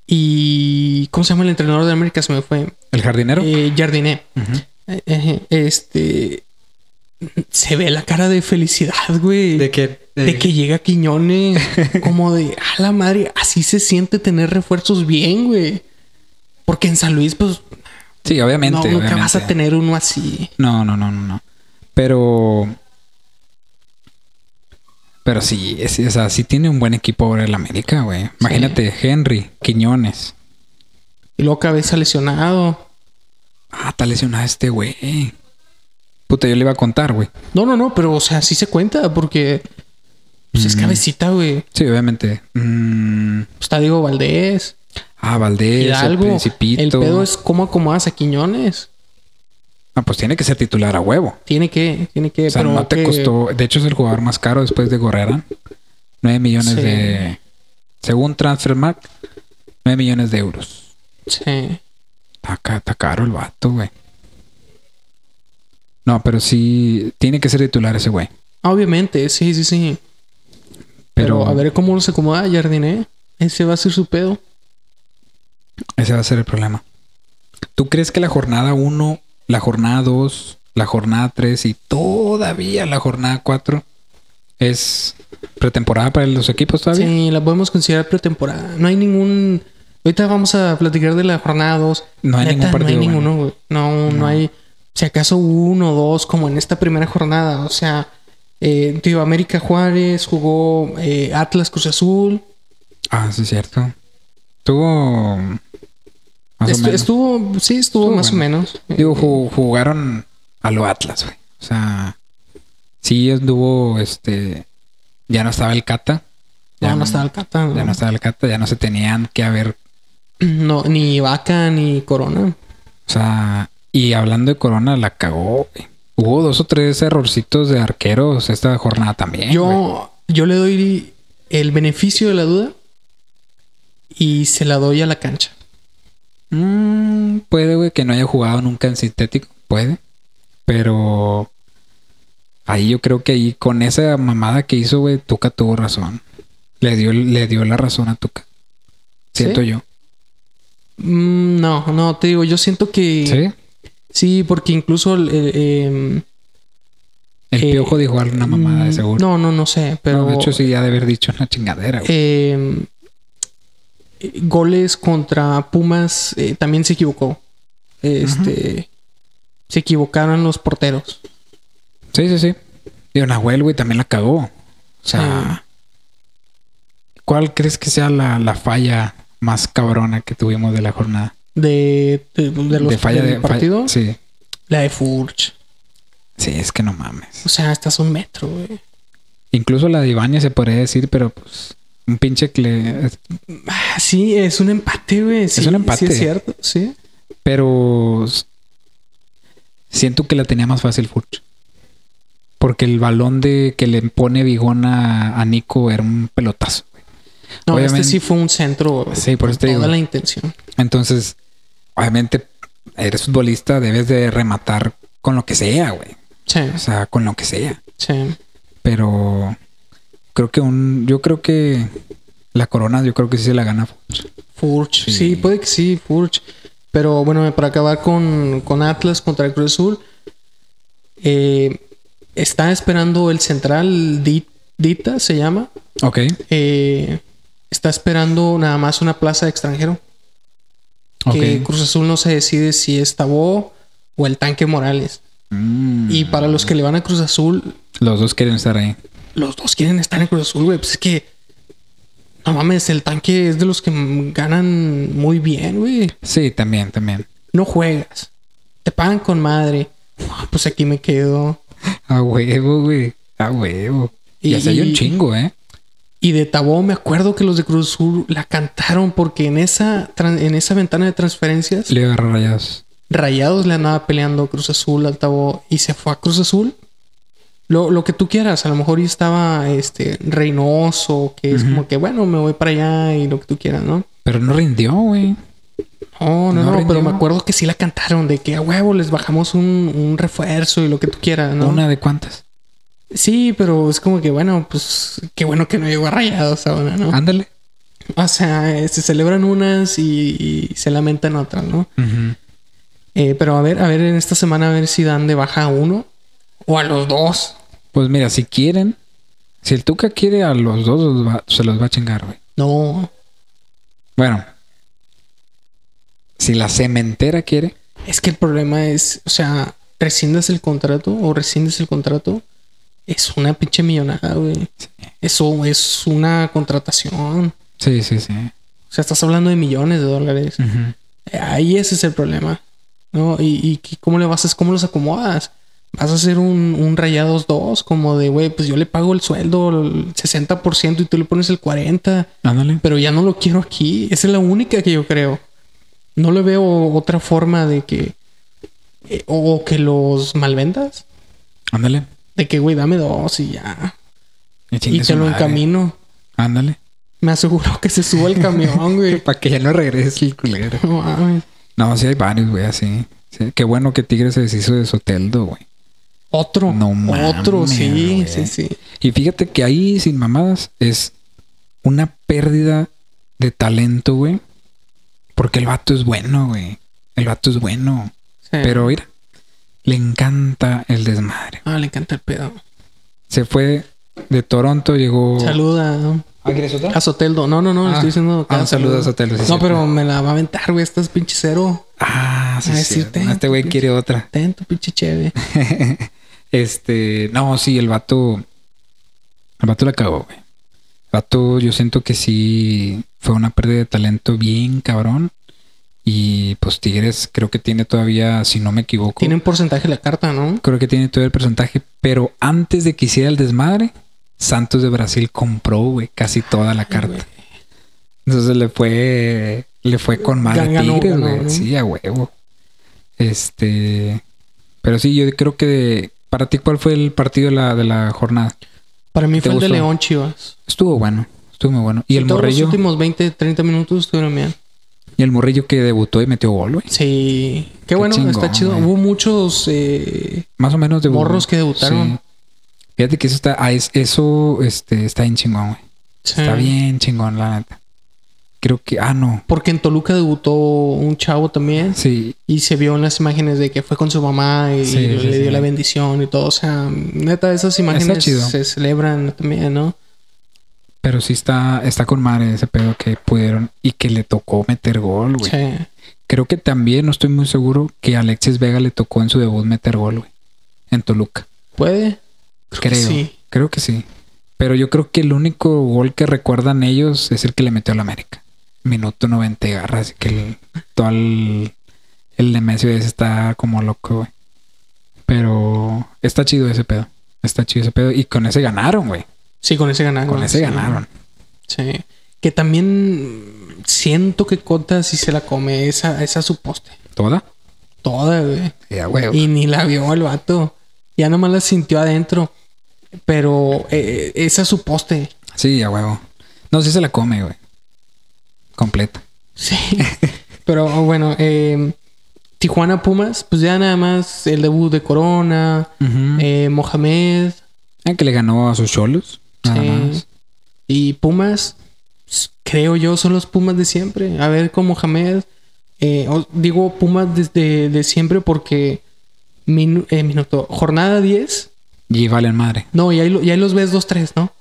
y ¿cómo se llama el entrenador de América? Se me fue. El jardinero. Eh, Jardiné. Ujú. Eh, eh, Este se ve la cara de felicidad, güey. ¿De qué? De que llega Quiñones, como de a la madre, así se siente tener refuerzos bien, güey. Porque en San Luis, pues, Sí, obviamente. no, nunca obviamente. vas a tener uno así. No, no, no, no, no. Pero. Pero sí, es, o sea, sí tiene un buen equipo ahora el América, güey. Imagínate, Henry, Quiñones. Y luego cabeza lesionado. Ah, está lesionado este güey. Puta, yo le iba a contar, güey. No, no, no, pero o sea, sí se cuenta porque pues, es cabecita, güey. Pues, Sí, obviamente. Mm, Está Diego Valdés, ah, Valdés, el Hidalgo. Principito. El pedo es cómo acomodas a Quiñones. Ah, pues tiene que ser titular a huevo. Tiene que, tiene que, O sea, pero no te que- costó. De hecho, es el jugador más caro después de Gorrerán. 9 millones Sí. de. Según Transfermarkt, 9 millones de euros. Sí. Está, ca- está caro el vato, güey. No, pero sí. Tiene que ser titular ese güey. Ah, Obviamente, sí, sí, sí. Pero, Pero, a ver cómo se acomoda Jardiné. Ese va a ser su pedo. ese va a ser el problema. ¿Tú crees que la jornada 1, la jornada 2, la jornada 3 y todavía la jornada 4 es pretemporada para los equipos todavía? Sí, la podemos considerar pretemporada. No hay ningún. Ahorita vamos a platicar de la jornada 2. No hay ningún partido No hay bueno. ninguno, güey. No, no, hay. Si acaso uno o dos, como en esta primera jornada. O sea, eh, digo, América Juárez jugó eh, Atlas Cruz Azul. Ah, sí, es cierto. Tuvo. Más Estu- eh, o menos. Estuvo, sí, estuvo, Estuvo más bueno. o menos. Digo, ju- jugaron a lo Atlas, güey. O sea, sí anduvo, este, ya no estaba el Cata. No, no estaba el Cata, Ya no. no estaba el Cata, ya no se tenían que haber. No, ni Vaca ni Corona. O sea, y hablando de Corona, la cagó, güey. Hubo dos o tres errorcitos de arqueros esta jornada también. Eh, güey. Yo, yo le doy el beneficio de la duda y se la doy a la cancha. Mm, puede, güey, que no haya jugado nunca en sintético. Puede. Pero. Ahí yo creo que ahí, con esa mamada que hizo, güey, Tuca tuvo razón. Le dio, le dio la razón a Tuca. Siento ¿Sí? yo. Mm, no, no, te digo, yo siento que. ¿Sí? Sí, porque incluso el, el, em, El eh, piojo dijo una mamada de mm, seguro. No, no, no sé, pero No, de hecho, sí, ya de haber dicho una chingadera, güey. em, eh, goles contra Pumas eh, también se equivocó. Este se equivocaron los porteros. Sí, sí, sí. Digo, Nahuel, güey, también la cagó. O sea, Mm. ¿cuál crees que sea la, la falla más cabrona que tuvimos de la jornada? De, de, de los de falla del de fa- partido, Sí. la de Furch. Sí, es que no mames. O sea, estás un metro, güey. Incluso la de Ibañez se podría decir, pero pues un pinche cle... Ah, sí, es un empate, güey. Sí, un sí empate. es cierto, sí. Pero s- siento que la tenía más fácil Furch. Porque el balón de que le pone Bigón a, a Nico era un pelotazo. güey. No, Obviamente- este sí fue un centro. güey, Sí, por eso te con Toda digo. la intención. Entonces, obviamente, eres futbolista, debes de rematar con lo que sea, güey. Sí, O sea, con lo que sea. sí. Pero creo que un, yo creo que la corona, yo creo que sí se la gana. Furch, sí. Sí. puede que sí, Furch. Pero bueno, para acabar con, con Atlas contra el Cruz Azul, eh, está esperando el central, Di- Dita se llama. Ok. eh, está esperando nada más una plaza de extranjero. Ok. Que Cruz Azul no se decide si es Tabó o el tanque Morales. Mm. Y para los que le van a Cruz Azul, Los dos quieren estar ahí. los dos quieren estar en Cruz Azul, güey. Pues es que, no mames, el tanque es de los que mm, ganan muy bien, güey. Sí, también, también. no juegas, te pagan con madre. Ah, pues aquí me quedo. A huevo, güey. A huevo. Y- Y, así hay y- un chingo, ¿eh? Y de Tabó me acuerdo que los de Cruz Azul la cantaron porque en esa, tran- en esa ventana de transferencias, Le agarra rayados. Rayados le andaba peleando Cruz Azul al Tabó y se fue a Cruz Azul. Lo, lo que tú quieras, a lo mejor y estaba este Reynoso, que es como que bueno, me voy para allá y lo que tú quieras, ¿no? Pero no rindió, güey. No, No no, no, pero rindió. me acuerdo que sí la cantaron de que a huevo les bajamos un, un refuerzo y lo que tú quieras, ¿no? ¿Una de cuántas? Sí, pero es como que bueno, pues qué bueno que no llegó a rayados ahora, ¿no? Ándale. O sea, eh, se celebran unas y, y se lamentan otras, ¿no? Ujú. Eh, pero a ver, a ver en esta semana a ver si dan de baja a uno o a los dos. Pues mira, si quieren. Si el Tuca quiere a los dos, los va- se los va a chingar, güey. No, Bueno. Si la cementera quiere. es que el problema es, o sea, rescindas el contrato o rescindes el contrato es una pinche millonada, güey. Eso es una contratación. Sí, sí, sí. O sea, estás hablando de millones de dólares. Ujú. Ahí ese es el problema. ¿No? Y, y que- cómo le vas a cómo los acomodas. Vas a hacer un, un rayados 2, como de, güey, pues yo le pago el sueldo el 60% y tú le pones el 40%, Ándale. pero ya no lo quiero aquí. Esa es la única que yo creo. No le veo otra forma de que. eh, o que los malvendas. Ándale. De que, güey, dame dos y ya. chingue y te su lo madre. encamino. Ándale. Me aseguro que se suba el camión, güey. Para que ya no regrese el culero. No mames. No, sí hay varios, güey, así. Sí. Qué bueno que Tigres se deshizo de Soteldo, güey. Otro. No mames, otro, sí, güey. sí, sí. Y fíjate que ahí, sin mamadas, es una pérdida de talento, güey. Porque el vato es bueno, güey. El vato es bueno. Sí. Pero mira, le encanta el desmadre. Ah, le encanta el pedo. Se fue de Toronto, llegó... Saluda ¿Ah, quieres otra? a Soteldo. No, no, no, le Oh. Ah. estoy diciendo. Ah, un saludo a Soteldo, sí, no, cierto. pero me la va a aventar, güey. Estás pinche cero. Ah, sí, Ah, sí. sí, ten, este güey ten. quiere otra. Ten tu pinche chévere. este, no, sí, el vato. El vato la cagó, güey. El vato, yo siento que sí fue una pérdida de talento bien cabrón. Y pues Tigres creo que tiene todavía, si no me equivoco, Tiene un porcentaje la carta, ¿no? creo que tiene todavía el porcentaje. Pero antes de que hiciera el desmadre, Santos de Brasil compró, güey, casi toda la güey. carta. Entonces le fue, le fue con mal a Gan- ganó, Tigres, ganó, güey. ¿no? Sí, a huevo. Este, pero sí, yo creo que de- para ti, ¿cuál fue el partido de la, de la jornada? Para mí ¿Te fue el de gustó? León Chivas. Estuvo bueno, estuvo muy bueno. Y el Todos morrillo, Los últimos 20, 30 minutos estuvieron bien. y el morrillo que debutó y metió gol, güey. Sí. Qué, Qué bueno, chingón, está chido. güey. Hubo muchos. eh, Más o menos debutó. Morros que debutaron. Sí. Fíjate que eso está, ah, es- eso, este, está bien chingón, güey. Está sí. bien chingón, la neta. Creo que, ah, no. Porque en Toluca debutó un chavo también. Sí, Y se vio en las imágenes de que fue con su mamá y Sí, le sí, dio sí. la bendición y todo. O sea, neta, esas Está imágenes chido. se celebran también, ¿no? pero sí está, está con madre ese pedo que pudieron y que le tocó meter gol, güey. Sí. Creo que también, no estoy muy seguro, que a Alexis Vega le tocó en su debut meter gol, güey. En Toluca. ¿Puede? que Creo. sí. Creo que sí. Pero yo creo que el único gol que recuerdan ellos es el que le metió al América. Minuto 90 y garra, así que el, todo el, el Nemesio ese está como loco, güey. Pero está chido ese pedo. Está chido ese pedo. Y con ese ganaron, güey. Sí, con ese ganaron. Con ese sí. ganaron. Sí. Que también siento que Cota sí se la come esa, esa su poste. ¿Toda? Toda, güey. Ya, güey. Y ni la vio el vato. Ya nomás la sintió adentro. Pero eh, esa su poste. Sí, a huevo. No, sí se la come, güey. Completa. Sí. Pero bueno, eh, Tijuana Pumas, pues ya nada más el debut de Corona, Ujú. eh, Mohamed, Ah, que le ganó a sus cholos. nada Sí. más. Y Pumas, s- creo yo, son los Pumas de siempre. A ver, como Mohamed. eh, o- digo Pumas desde de siempre porque. minu- eh, minuto. Jornada 10. Y valen madre. No, y ahí, lo- y ahí los ves 2-3, ¿no?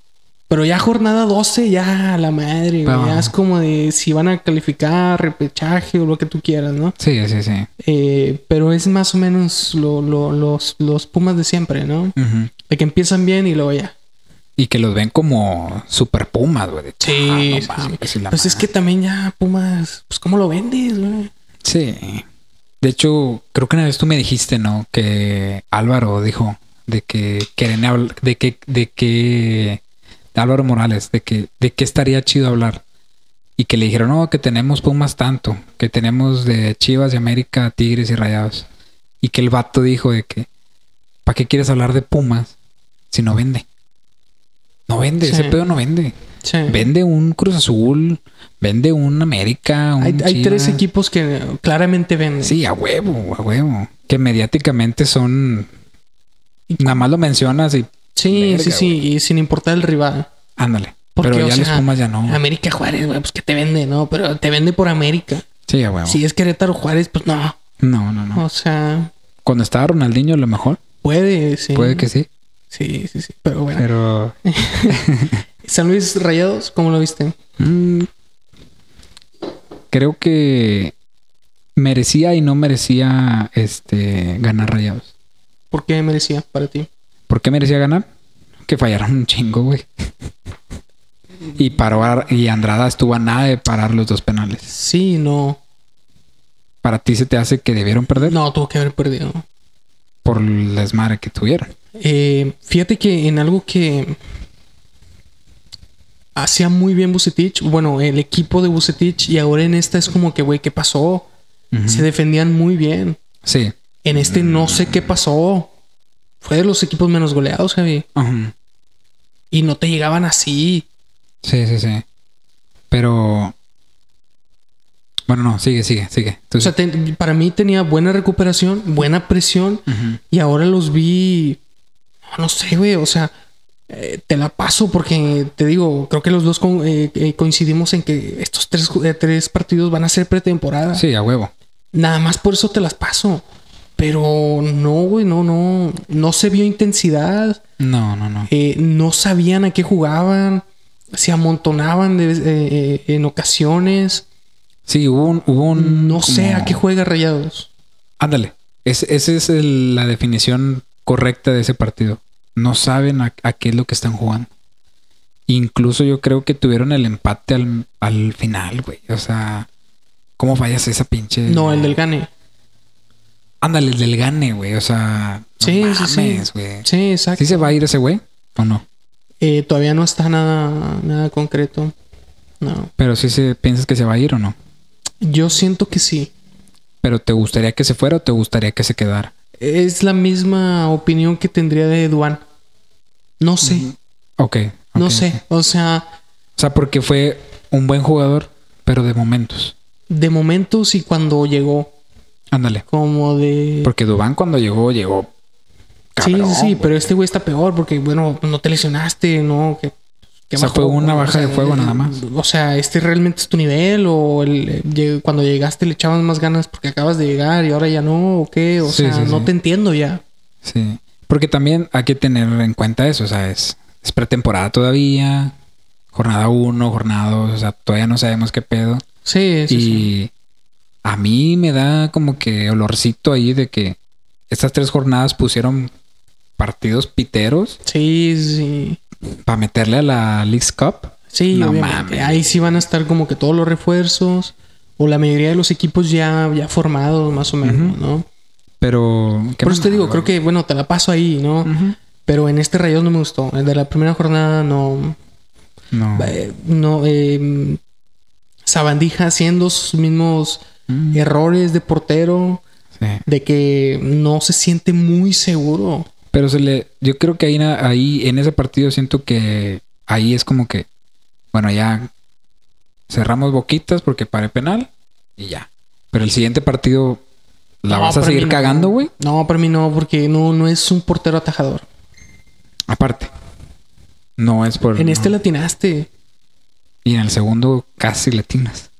Pero ya jornada 12, ya la madre. güey, Ah. Ya es como de si van a calificar, repechaje o lo que tú quieras, ¿no? Sí, sí, sí. Eh, pero es más o menos lo- lo- los, los Pumas de siempre, ¿no? Ujú. De que empiezan bien y luego ya. Y que los ven como super pumas, güey. de, Sí, "Ah, no sí, sí. mames, y la Pues es que madre". también ya Pumas, pues ¿cómo lo vendes, güey? Sí. De hecho, creo que una vez tú me dijiste, ¿no? Que Álvaro dijo de que quieren hablar, de que, de que Álvaro Morales, de que, de qué estaría chido hablar. Y que le dijeron, no, que tenemos Pumas tanto, que tenemos de Chivas de América, Tigres y Rayados. Y que el vato dijo de que, ¿para qué quieres hablar de Pumas si no vende? No vende, Sí. ese pedo no vende. Sí. Vende un Cruz Azul, vende un América, un Hay, hay tres Chivas. equipos que claramente venden. Sí, a huevo, a huevo. Que mediáticamente son. Nada más lo mencionas y. sí, Verga, sí, sí, y sin importar el rival. Ándale. Porque, Pero o ya los sea, Pumas ya no. América Juárez, güey, pues que te vende, ¿no? Pero te vende por América. Sí, a huevo. Si es Querétaro Juárez, pues no. No, no, no. O sea, Cuando estaba Ronaldinho, a lo mejor. puede, sí. Puede que sí. Sí, sí, sí. Pero bueno. Pero. San Luis Rayados, ¿cómo lo viste? mm, creo que. Merecía y no merecía este ganar rayados. ¿Por qué merecía para ti? ¿Por qué merecía ganar? Que fallaron un chingo, güey. y paró a- y Andrada estuvo a nada de parar los dos penales. Sí, no. ¿Para ti se te hace que debieron perder? No, tuvo que haber perdido. por el desmadre que tuvieron. Eh, fíjate que en algo que hacía muy bien Bucetich, bueno, el equipo de Bucetich, y ahora en esta es como que, güey, ¿qué pasó? Se defendían muy bien. Sí. En este no sé qué pasó. Fue de los equipos menos goleados, Javi. Ajá. Y no te llegaban así. Sí, sí, sí. Pero. Bueno, no, sigue, sigue, sigue. Tú O sea, te- para mí tenía buena recuperación, buena presión, Ujú. y ahora los vi. No sé, güey, o sea, eh, te la paso porque te digo, creo que los dos con- eh, eh, coincidimos en que estos tres, ju- eh, tres partidos van a ser pretemporada. Sí, a huevo. Nada más por eso te las paso. Pero no, güey, no, no. No se vio intensidad. No, no, no. eh, no sabían a qué jugaban, se amontonaban de vez- eh, eh, en ocasiones. Sí, hubo un. Hubo un No Mm, sé como- a qué juega Rayados. Ándale. Es- Esa es el- la definición correcta de ese partido. No saben a, a qué es lo que están jugando. Incluso yo creo que tuvieron el empate al, al final, güey. O sea, ¿cómo fallas esa pinche? No, el del Gane. Ándale, el del Gane, güey. O sea, no Sí, sí, sí. mames, güey. Sí, exacto. ¿Sí se va a ir ese güey? ¿O no? Eh, todavía no está nada, nada concreto. No. Pero sí se, piensas que se va a ir o no. Yo siento que sí. Pero ¿te gustaría que se fuera o te gustaría que se quedara? Es la misma opinión que tendría de Duan. No sé, Ok. no ok. sé. O sea, O sea, porque fue un buen jugador, pero de momentos. de momentos y cuando llegó, Ándale. como de. Porque Dubán cuando llegó, llegó. Pues Cabrón, sí, sí, sí, güey. pero este güey está peor porque, bueno, no te lesionaste, ¿no? Que, que O sea, fue una baja de fuego nada más. O sea, ¿este realmente es tu nivel o el- eh, lleg- cuando llegaste le echabas más ganas porque acabas de llegar y ahora ya no? ¿O qué? O Sí, sea, sí, no sí. te entiendo ya. Sí. Porque también hay que tener en cuenta eso. O sea, es, es pretemporada todavía. Jornada 1, jornada 2. O sea, todavía no sabemos qué pedo. Sí, sí, y sí. a mí me da como que olorcito ahí de que estas tres jornadas pusieron partidos piteros Sí, sí. para meterle a la League Cup. Sí, No obviamente. mames. Ahí sí van a estar como que todos los refuerzos o la mayoría de los equipos ya, ya formados, más o menos, Ujú. ¿no? Pero... Por eso te digo, creo que, bueno, te la paso ahí, ¿no? Pero en este Rayados no me gustó. El de la primera jornada no. No. eh, no eh, Sabandija haciendo sus mismos Mm, errores de portero, sí. de que no se siente muy seguro. Pero se le... Yo creo que ahí, na- ahí en ese partido siento que ahí es como que... Bueno, ya cerramos boquitas porque paré penal y ya. Pero el siguiente partido la No, vas a para mí seguir no. cagando, güey. No, para mí no, porque no, no es un portero atajador. Aparte. No es por. En este no. latinaste. Y en el segundo casi latinas.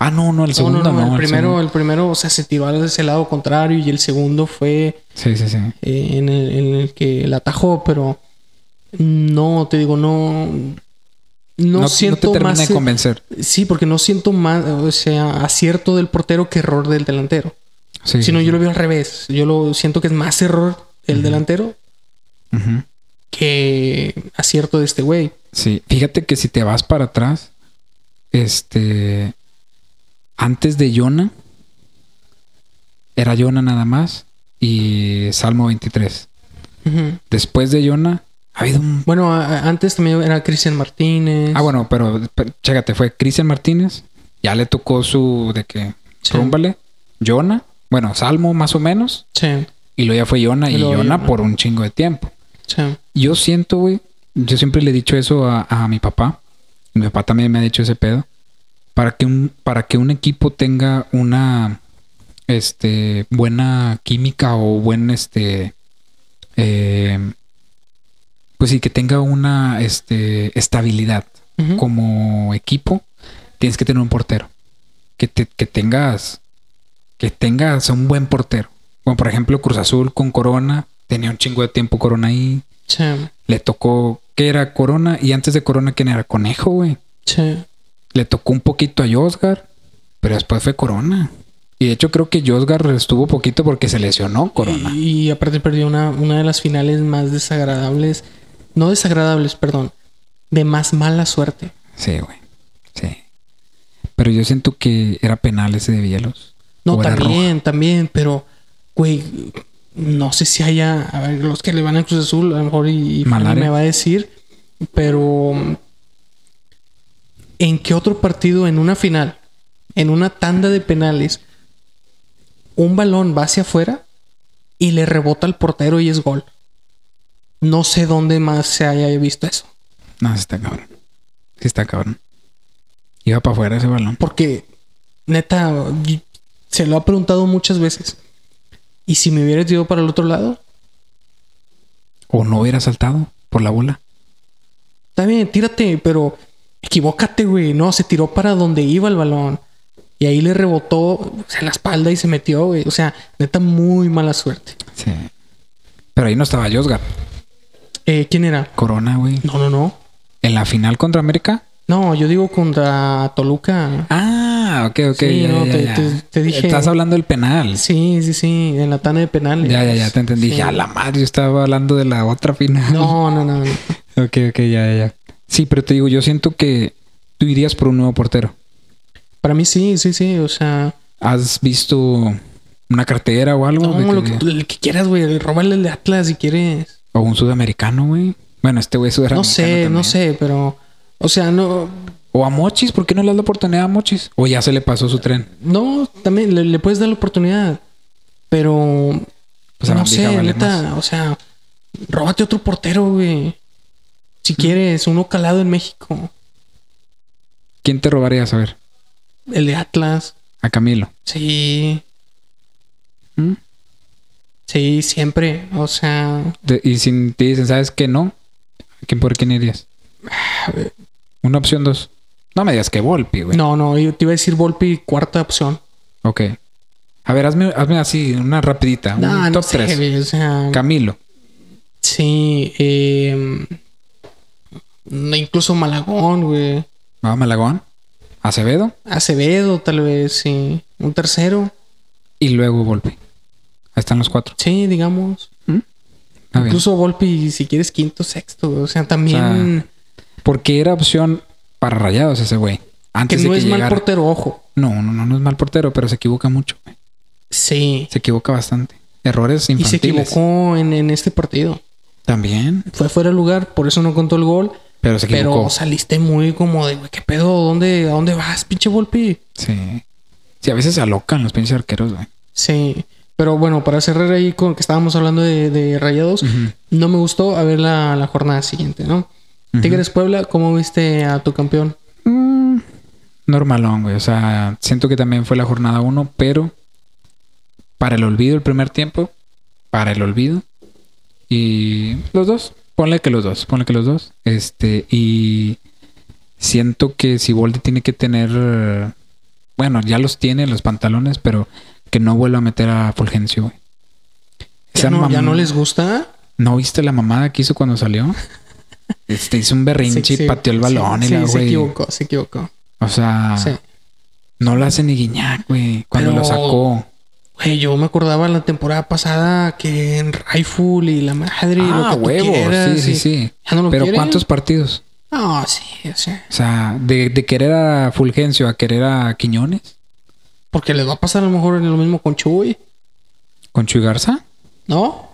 Ah, no, no, el No, segundo no. no, no, el, primero, segundo- el primero, o sea, se tiró al ese lado contrario y el segundo fue Sí, sí, sí. eh, en, el, en el que la atajó, pero no, te digo, no. No, No, no siento te termina más. de convencer. Sí, porque no siento más, o sea, acierto del portero que error del delantero. Sí, Si no, sí, yo lo veo al revés. Yo lo siento que es más error del Ujú. delantero sí. Ujú. que acierto de este güey. Sí, fíjate que si te vas para atrás, este, antes de Yona, era Yona nada más y Salmo 23. Ujú. Después de Yona, ha habido un... Bueno, a- a- antes también era Cristian Martínez. Ah, bueno, pero, pero chécate, fue Cristian Martínez, ya le tocó su de que Sí. rúmbale, Yona, bueno, Salmo más o menos, Sí, y luego ya fue Yona Y y, luego Yona Yona. por un chingo de tiempo. sí. Yo siento, güey. Yo siempre le he dicho eso a, a mi papá. Mi papá también me ha dicho ese pedo. Para que un, para que un equipo tenga una este buena química o buen este eh, pues sí, que tenga una este, estabilidad Ujú. como equipo, tienes que tener un portero. Que, te- que tengas, que tengas un buen portero. Como por ejemplo Cruz Azul con Corona, tenía un chingo de tiempo Corona ahí. Sí, Le tocó que era Corona y antes de Corona, ¿quién era? Conejo, güey. sí. Le tocó un poquito a Yosgar, pero después fue Corona. Y de hecho creo que Yosgar estuvo poquito porque se lesionó Corona. Y, y aparte perdió una, una de las finales más desagradables. No desagradables, perdón. De más mala suerte. Sí, güey. Sí. Pero yo siento que era penal ese de Bielos. No, O era roja. también, también, pero, güey, no sé si haya, a ver, los que le van a Cruz Azul, a lo mejor y, y Malare. me va a decir, pero ¿en qué otro partido, en una final, en una tanda de penales, un balón va hacia afuera y le rebota al portero y es gol? No sé dónde más se haya visto eso. No, sí está cabrón. Sí está cabrón. Iba para afuera ese balón. Porque, neta, y- se lo ha preguntado muchas veces. ¿Y si me hubieras ido para el otro lado? O no hubiera saltado por la bola. Está bien, tírate, pero equivócate, güey. No, se tiró para donde iba el balón. Y ahí le rebotó o sea, en la espalda y se metió, güey. O sea, neta, muy mala suerte. Sí. Pero ahí no estaba Yosgar. Eh, ¿Quién era? Corona, güey. No, no, no. En la final contra América. No, yo digo contra Toluca. Ah, ok, ok. Sí, ya, no, ya, te- ya. te- te dije- Estás hablando del penal. Sí, sí, sí. En la tanda de penales. Ya, ya, ya te entendí. Sí. Ya, la madre, yo estaba hablando de la otra final. No, no, no. no. Ok, ok, ya, ya, ya. Sí, pero te digo, yo siento que tú irías por un nuevo portero. Para mí sí, sí, sí. O sea, ¿Has visto una cartera o algo? de no, que- lo que, tú- el que quieras, güey. Róbale el de Atlas si quieres. O un sudamericano, güey. Bueno, este güey es No sudamericano. sé, también. no sé, pero. O sea, no. O a Mochis, ¿por qué no le das la oportunidad a Mochis? O ya se le pasó su tren. No, también le, le puedes dar la oportunidad. Pero. Pues a no Bandiga sé, vale neta. O sea, róbate otro portero, güey. Si quieres, uno calado en México. ¿Quién te robarías? A ver, El de Atlas. a Camilo. Sí, ¿Mm? sí, siempre. O sea, De- y si te dicen, ¿sabes qué? No. ¿A quién por quién irías? Una opción dos. No me digas que Volpi, güey. no, no, yo te iba a decir Volpi, cuarta opción. Ok. A ver, hazme, hazme así, una rapidita. un No, no top sé, tres. güey, o sea, Camilo. sí, eh, no, incluso Malagón, güey. Ah, Malagón. Acevedo. Acevedo, tal vez, sí. Un tercero, Y luego Volpi. Ahí están los cuatro. sí, digamos. Está bien. ¿Mm? Incluso Volpi, si quieres, quinto, sexto. O sea, también Porque era opción para rayados ese güey. que Antes no de es que mal llegara. portero, ojo. No, no, no, no es mal portero, pero se equivoca mucho. güey. Sí. Se equivoca bastante. Errores Y se infantiles. equivocó en, en este partido. También. Fue fuera de lugar, por eso no contó el gol. Pero se equivocó. Pero saliste muy como de, güey, ¿qué pedo? ¿Dónde, ¿A dónde vas, pinche Volpi? Sí. Sí, a veces se alocan los pinches arqueros, güey. Sí. Pero bueno, para cerrar ahí con que estábamos hablando de, de rayados, Ujú. no me gustó a ver la, la jornada siguiente, ¿no? Ujú. Tigres Puebla, ¿cómo viste a tu campeón? Mm, normalón, güey. O sea, siento que también fue la jornada uno, pero para el olvido el primer tiempo, para el olvido. Y los dos, Ponle que los dos, ponle que los dos. Este, y siento que Siboldi tiene que tener. Bueno, ya los tiene los pantalones, pero que no vuelva a meter a Fulgencio, güey. ¿Ya Esa no, ya mamá- no les gusta? ¿No viste la mamada que hizo cuando salió? Este hizo un berrinche Sí, y sí, pateó el sí, balón y sí, la se güey. Ah. equivocó, se equivocó. O sea, Sí. no lo hace ni guiñac, güey. Cuando Pero- lo sacó. Güey, yo me acordaba la temporada pasada que en Rifle y la madre y lo ah, que tú huevo. sí, quieras, sí, y- sí. ¿Ya no lo Pero quieren? ¿cuántos partidos? Ah, sí, sí. O sea, de, de querer a Fulgencio a querer a Quiñones Porque les va a pasar a lo mejor lo mismo con Chuy, con Chuy Garza. ¿no?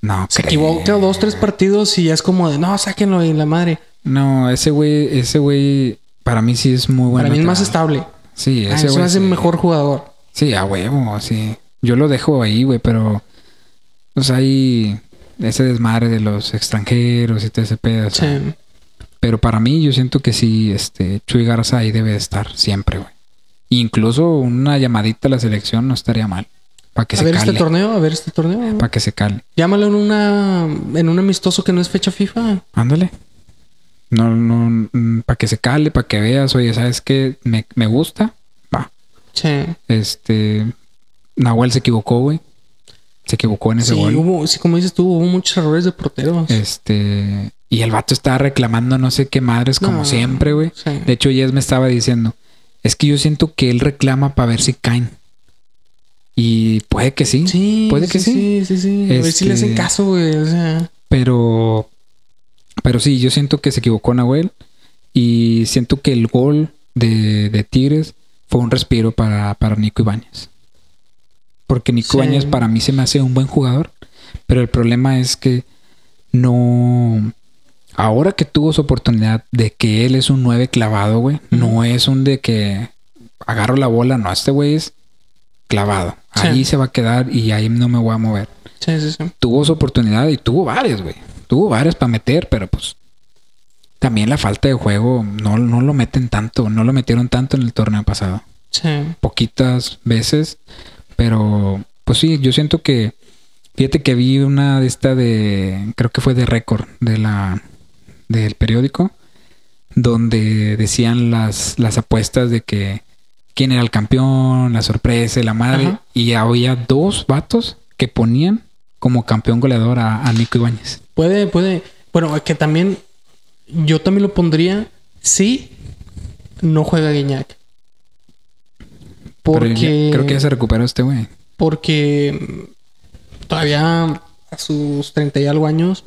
No, Se creo. equivoca dos, tres partidos y ya es como de, no, sáquenlo y la madre. No, ese güey, ese güey, para mí sí es muy bueno. Para mí es más estable. Sí, Ah, ese eso güey. hace sí. mejor jugador. Sí, a huevo, sí. Yo lo dejo ahí, güey, pero. O sea, hay ese desmadre de los extranjeros y todo ese pedo. o Sí. sea, Pero para mí, yo siento que sí, este, Chuy Garza ahí debe de estar siempre, güey. Incluso una llamadita a la selección no estaría mal. Para que A se ver cale. este torneo, a ver este torneo. para que se cale. Llámalo en una en un amistoso que no es fecha FIFA. Ándale. No, no, para que se cale, para que veas, oye, ¿sabes qué? Me, me gusta. Va. Sí. Este. Nahuel se equivocó, güey. Se equivocó en ese Sí, gol. hubo, sí, como dices tú, hubo muchos errores de porteros. Este. Y el vato estaba reclamando no sé qué madres, como No, siempre, güey. sí. De hecho, Jess me estaba diciendo: Es que yo siento que él reclama para ver si caen. Y puede que sí. Sí, puede que sí. Sí, sí, sí. A ver si le hacen Este- caso, güey. O sea, Pero. Pero sí, yo siento que se equivocó Nahuel. Y siento que el gol de, de Tigres fue un respiro para, para Nico Ibáñez. Porque Nico Sí. Ibáñez para mí se me hace un buen jugador. Pero el problema es que no. Ahora que tuvo su oportunidad de que él es un 9 clavado, güey. No es un de que agarro la bola. No, este güey es clavado. Sí. Ahí se va a quedar y ahí no me voy a mover sí, sí, sí. tuvo su oportunidad y tuvo varias, güey. Tuvo varias para meter, pero pues también la falta de juego no, no lo meten tanto, no lo metieron tanto en el torneo pasado. sí. Poquitas veces, pero pues sí, yo siento que fíjate que vi una de esta de creo que fue de récord de la del periódico donde decían las las apuestas de que quién era el campeón, la sorpresa, y la madre Ajá. y había dos vatos que ponían como campeón goleador a, a Nico Ibáñez. Puede, puede. Bueno, que también yo también lo pondría si no juega Guiñac. Pero ya- Porque creo que ya se recuperó este güey. porque mm, todavía a sus 30 y algo años,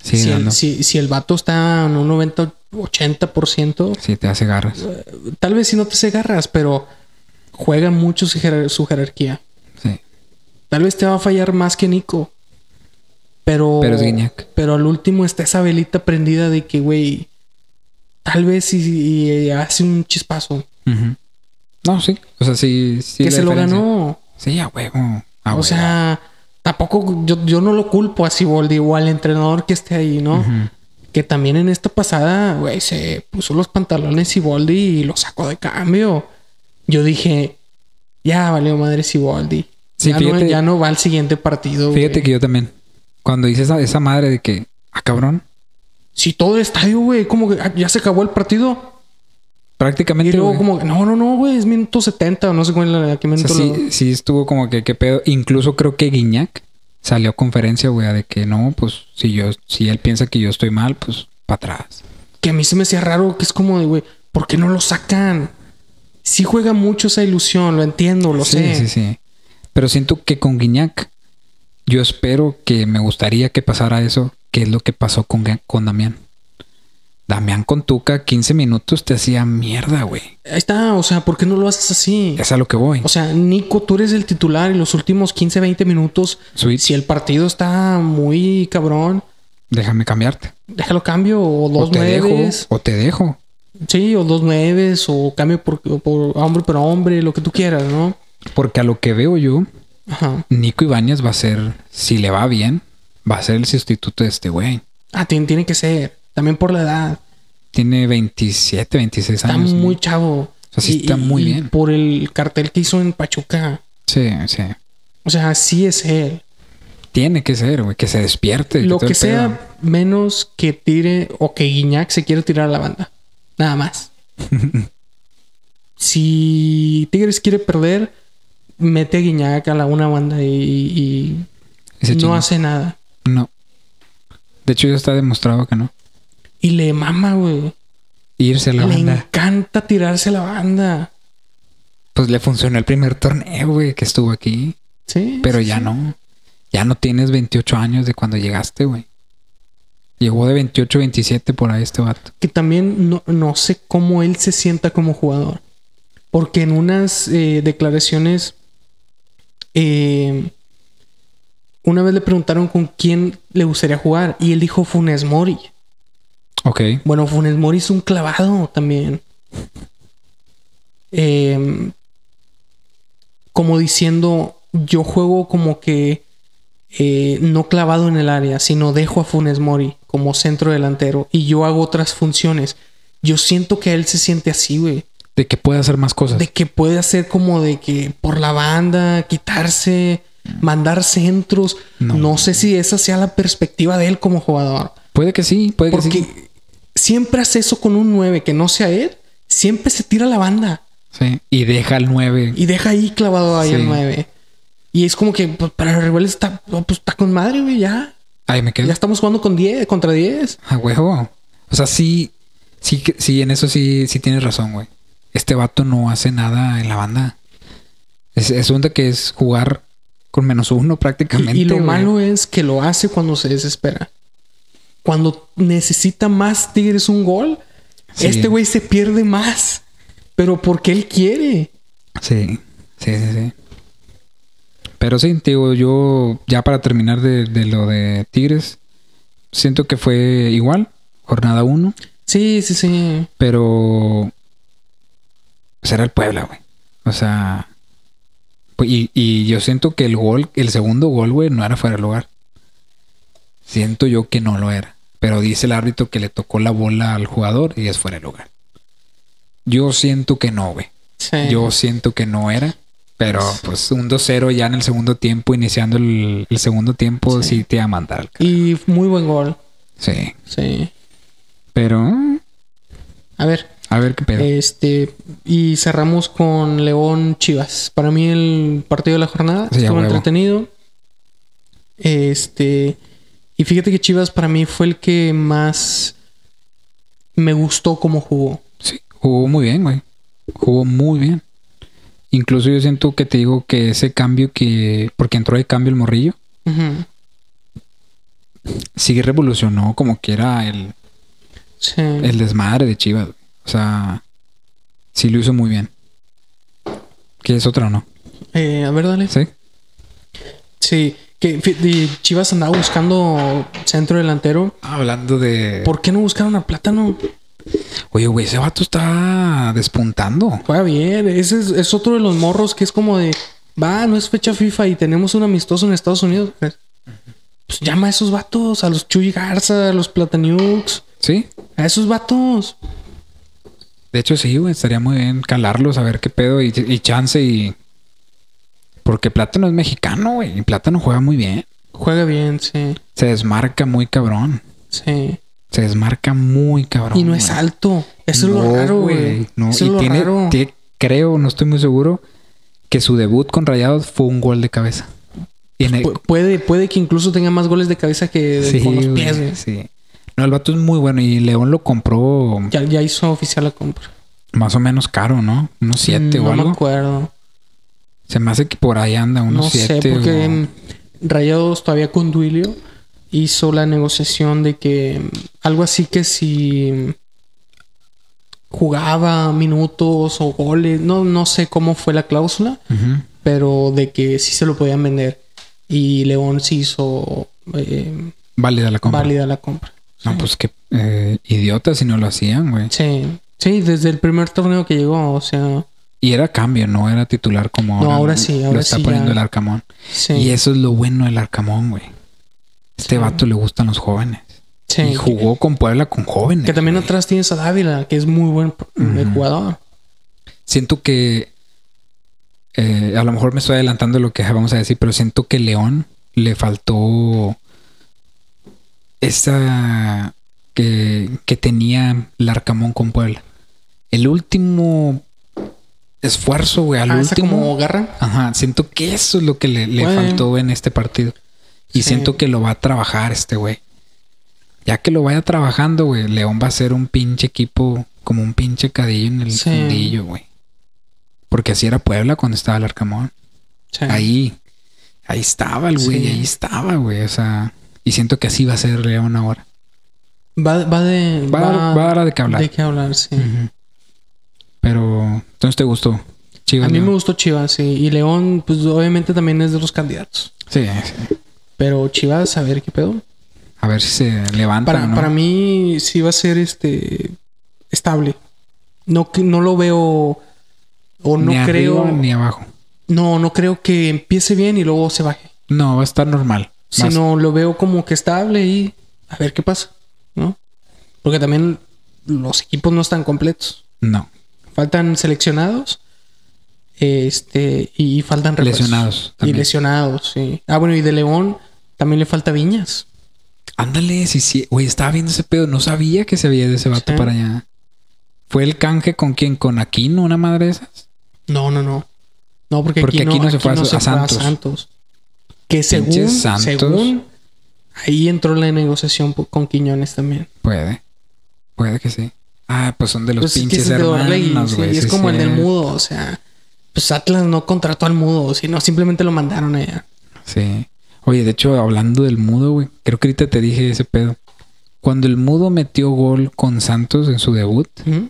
Sí, si, el, dando. si, si el vato está en un 90, 80%, Sí, te hace garras. tal vez si no te se agarras, pero juega mucho su, jerar- su jerarquía. Sí. Tal vez te va a fallar más que Nico. Pero. Pero es Guiñac. Pero al último está esa velita prendida de que, güey. Tal vez y, y, eh, hace un chispazo. Ujú. No, sí. O sea, sí. sí que la se lo diferencia. Ah, ganó. Sí, a huevo. A o huevo. sea, tampoco. Yo, yo no lo culpo a Siboldi o al entrenador que esté ahí, ¿no? Ujú. Que también en esta pasada, güey, se puso los pantalones Siboldi y lo sacó de cambio. Yo dije, ya valió madre Siboldi. Sí, ya, no, fíjate- ya no va al siguiente partido. Fíjate güey. que yo también. Cuando hice esa, esa madre de que, ah, cabrón, Si todo el estadio, güey, como que ah, ya se acabó el partido. Y prácticamente. luego, güey. como que, no, no, no, güey, es minuto 70, o no sé cuál era, qué O sea, minuto. lo- sí, sí estuvo como que, qué pedo. Incluso creo que Guiñac salió a conferencia, güey, de que no, pues si yo, si él piensa que yo estoy mal, pues para atrás. Que a mí se me hacía raro, que es como de, güey, ¿por qué no lo sacan? Sí juega mucho esa ilusión, lo entiendo, lo sí, sé. sí, sí. Pero siento que con Guiñac, yo espero que me gustaría que pasara eso, que es lo que pasó con, Ga- con Damián. Damián con Tuca, 15 minutos te hacía mierda, güey. Ahí está, o sea, ¿por qué no lo haces así? Es a lo que voy. O sea, Nico, tú eres el titular y los últimos 15, 20 minutos, Sweet, si el partido está muy cabrón, déjame cambiarte. déjalo cambio, o dos o te nueves. dejo, o te dejo. Sí, o dos nueves, o cambio por, por hombre por hombre, lo que tú quieras, ¿no? Porque a lo que veo yo, Ajá. Nico Ibáñez va a ser, si le va bien, va a ser el sustituto de este güey. Ah, tiene, tiene que ser. También por la edad. Tiene 27, 26 Está años. ¿no? muy chavo. sea, sí está muy bien. Por el cartel que hizo en Pachuca. Sí, sí. O sea, sí es él. Tiene que ser, güey, que se despierte. Lo todo que el pedo. sea menos que tire o que Guiñac se quiera tirar a la banda. Nada más. si Tigres quiere perder, mete a Guiñac a la una banda y, y- Y y se no chinga. hace nada. No. De hecho, ya está demostrado que no. Y le mama, güey. Irse a la Le banda. encanta tirarse a la banda. Pues le funcionó el primer torneo, güey, que estuvo aquí. Sí. Pero sí, ya sí. no. Ya no tienes 28 años de cuando llegaste, güey. Llegó de 28, 27 por ahí este vato. Que también no, no sé cómo él se sienta como jugador. Porque en unas eh, declaraciones. eh, una vez le preguntaron con quién le gustaría jugar. Y él dijo Funes Mori. Ok. Bueno, Funes Mori es un clavado también. Eh, como diciendo, yo juego como que eh, no clavado en el área, sino dejo a Funes Mori como centro delantero y yo hago otras funciones. Yo siento que él se siente así, güey. De que puede hacer más cosas. De que puede hacer como de que por la banda, quitarse, mandar centros. No. no sé si esa sea la perspectiva de él como jugador. Puede que sí, puede Porque que sí. siempre hace eso con un 9 que no sea él. Siempre se tira a la banda Sí. Y deja al 9. y deja ahí clavado ahí Sí. el 9. Y es como que pues, para los rivales está, oh, pues, está con madre, güey, ya. Ahí me quedo. Ya estamos jugando con 10, contra 10. A huevo. O sea, sí, sí, que- sí, en eso sí, sí tienes razón, güey. Este vato no hace nada en la banda. Es, es onda que es jugar con menos uno Y, prácticamente. y lo güey. malo es que lo hace cuando se desespera. Cuando necesita más Tigres un gol, Sí. este güey se pierde más. Pero porque él quiere. Sí, sí, sí, sí. Pero sí, te digo, yo ya para terminar de, de lo de Tigres, siento que fue igual, jornada 1, Sí, sí, sí. pero será el Puebla, güey. O sea, pues, y, y yo siento que el gol, el segundo gol, güey, no era fuera de lugar. Siento yo que no lo era, pero dice el árbitro que le tocó la bola al jugador y es fuera de lugar. Yo siento que no, güey. sí. Yo siento que no era. Pero Eh. Sí. pues un 2-0 ya en el segundo tiempo, iniciando el, el segundo tiempo, sí. Sí. te iba a mandar. al ca- Y muy buen gol. Sí. Sí. Pero mm, A ver, a ver qué pedo. Este, y cerramos con León Chivas. Para mí el partido de la jornada Sí, a estuvo huevo. entretenido. Este, y fíjate que Chivas para mí fue el que más me gustó cómo jugó. Sí, jugó muy bien, güey. Jugó muy bien. Incluso yo siento que te digo que ese cambio que... Porque entró de cambio el morrillo. Ujú. Sí revolucionó como que era el, Sí. el desmadre de Chivas. güey. O sea, sí lo hizo muy bien. ¿Qué es otra o no? Eh, a ver, dale. Sí. Sí, que fi- y Chivas andaba buscando centro delantero. Hablando de... ¿Por qué no buscaron a Plátano? Oye, güey, ese vato está despuntando. Juega bien. Ese es, es otro de los morros que es como de, va, no es fecha FIFA y tenemos un amistoso en Estados Unidos. Pues, pues llama a esos vatos, a los Chuy Garza, a los Platanux, Sí, a esos vatos. de hecho sí, güey, estaría muy bien calarlos, a ver qué pedo y, y chance y... Porque Plátano es mexicano, güey, y Plátano juega muy bien. Juega bien, sí, Se desmarca muy cabrón. sí. Se desmarca muy cabrón. Y no es güey. alto. Eso es No, lo raro, güey. No, Eso es y lo tiene, raro. tie- creo, no estoy muy seguro, que su debut con Rayados fue un gol de cabeza. Y en el- Pu- puede, puede que incluso tenga más goles de cabeza que de- sí, Pues, con los güey, pies, güey. sí. No, el vato es muy bueno y León lo compró Ya, ya hizo oficial la compra. más o menos caro, ¿no? Unos siete Mm, no o algo. me acuerdo. Se me hace que por ahí anda unos No sé, siete. porque o- mm, Rayados todavía con Duilio hizo la negociación de que mm, algo así que si mm, jugaba minutos o goles, no, no sé cómo fue la cláusula, Ujú. pero de que sí se lo podían vender. Y León sí hizo eh, Válida la compra. válida la compra. No, pues que eh, idiota si no lo hacían, güey. Sí, sí, desde el primer torneo que llegó, o sea, Y era cambio, no era titular como No, ahora sí, lo ahora está sí poniendo ya. el Arcamón. sí. Y eso es lo bueno del Arcamón, güey. Este Sí. vato le gustan los jóvenes. sí. Y jugó con Puebla con jóvenes. Que también atrás tienes a Dávila, que es muy buen eh, Ujú. jugador. Siento que eh, a lo mejor me estoy adelantando lo que vamos a decir, pero siento que León le faltó esa que, que tenía Larcamón con Puebla. El último esfuerzo, güey, al Ah, esa último. como garra. Ajá, siento que eso es lo que le, le Güey. faltó en este partido. Y Sí. siento que lo va a trabajar este güey. Ya que lo vaya trabajando, güey, León va a ser un pinche equipo, como un pinche cadillo en el Sí. fundillo, güey. Porque así era Puebla cuando estaba el Arcamón. Sí. Ahí, ahí estaba el güey, Eh. Sí. ahí estaba, güey. O sea, y siento que así va a ser León ahora. Va, va de. Va, a- va a dar de qué hablar. de qué hablar, sí. Ujú. Pero, entonces te gustó. Chivas, A mí León? me gustó Chivas, sí. Y León, pues obviamente también es de los candidatos. Sí, sí. Pero Chivas, a ver qué pedo. A ver si se levanta. Para, ¿no? para mí sí va a ser este estable. No, que- no lo veo o no ni creo. arriba ni abajo. No, no creo que empiece bien y luego se baje. No, va a estar normal. Más- Sino lo veo como que estable y a ver qué pasa, ¿no? Porque también los equipos no están completos. no, Faltan seleccionados. Este, y faltan refuerzos. lesionados. Y también. lesionados, sí. Ah, bueno, y de León también le falta Viñas. Ándale, sí, sí. Güey, estaba viendo ese pedo. No sabía que se había ido ese vato Sí. para allá. ¿Fue el canje con quién? ¿Con Aquino? ¿Una madre de esas? No, no, no. No, porque, Porque aquí, no, se fue, a- a Santos. Que según, Pinches Santos. según ahí entró la negociación po- con Quiñones también. Puede. Puede que sí. Ah, pues son de los Pues es que pinches ese es de Orlegui, hermanos, sí, güey. y es sí, como el del cierto. mudo, o sea, pues Atlas no contrató al mudo, sino simplemente lo mandaron allá. Sí. Oye, de hecho, hablando del mudo, güey. Creo que ahorita te dije ese pedo. Cuando el mudo metió gol con Santos en su debut, ¿Mm?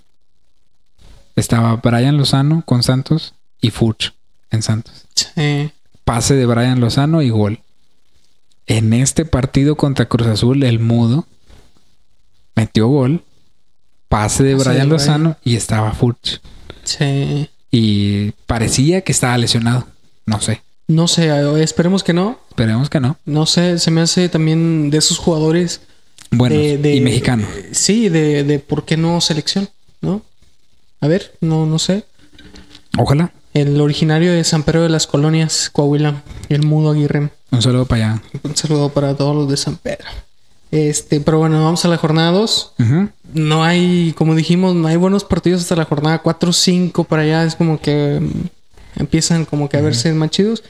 estaba Brian Lozano con Santos y Furch en Santos. Sí. pase de Brian Lozano y gol. En este partido contra Cruz Azul, el mudo metió gol, pase de Pase de Brian Brian. Lozano y estaba Furch. Sí. Y parecía que estaba lesionado. No sé, No sé, esperemos que no. esperemos que no. No sé, se me hace también de esos jugadores. Bueno, de- de- y mexicano. eh, Sí, de, de por qué no selección, ¿no? A ver, no, no sé. Ojalá. El originario de San Pedro de las Colonias, Coahuila, el mudo Aguirre. Un saludo para allá. Un saludo para todos los de San Pedro. Este, pero bueno, vamos a la jornada 2. Ujú. No hay, como dijimos, no hay buenos partidos hasta la jornada 4 5 para allá. Es como que mm, empiezan como que a verse más chidos.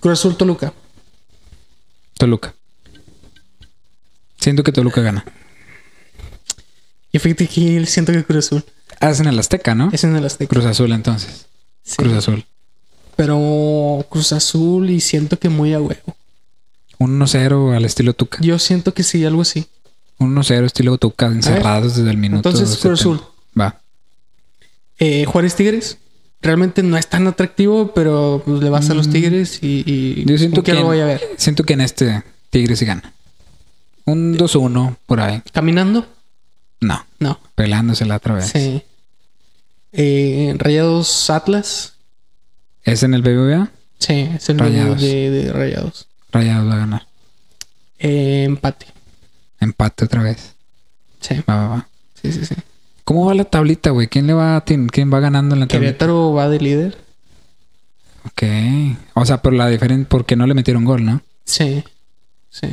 Cruz Azul Toluca. Toluca. Siento que Toluca gana. Y fíjate que siento que Cruz Azul Hacen el Azteca, ¿no? es en el Azteca. Cruz Azul entonces. Sí. Cruz Azul. Pero Cruz Azul y siento que muy a huevo. 1-0 al estilo Tuca. Yo siento que sí, algo así. 1-0 estilo Tuca, encerrados desde el minuto. Entonces, 70. Cruz Azul. Va. Eh, Juárez Tigres. Realmente no es tan atractivo, pero pues, le vas a los Tigres y, y Mm. Yo siento como quiera que- lo voy a ver. Siento que en este Tigres sí gana. Un 2-1 por ahí. ¿Caminando? No, No. pelándosela otra vez. Sí. Eh, Rayados Atlas. ¿Es en el BBVA? Sí, es el debut Rayados. De, de Rayados. Rayados va a ganar. Eh, empate. Empate otra vez. Sí, Va, va, va. sí, sí. sí. ¿Cómo va la tablita, güey? ¿Quién le va a ti- quién va ganando en la tablita? Querétaro va de líder. Ok. O sea, pero la diferencia porque no le metieron gol, ¿no? Sí. Sí.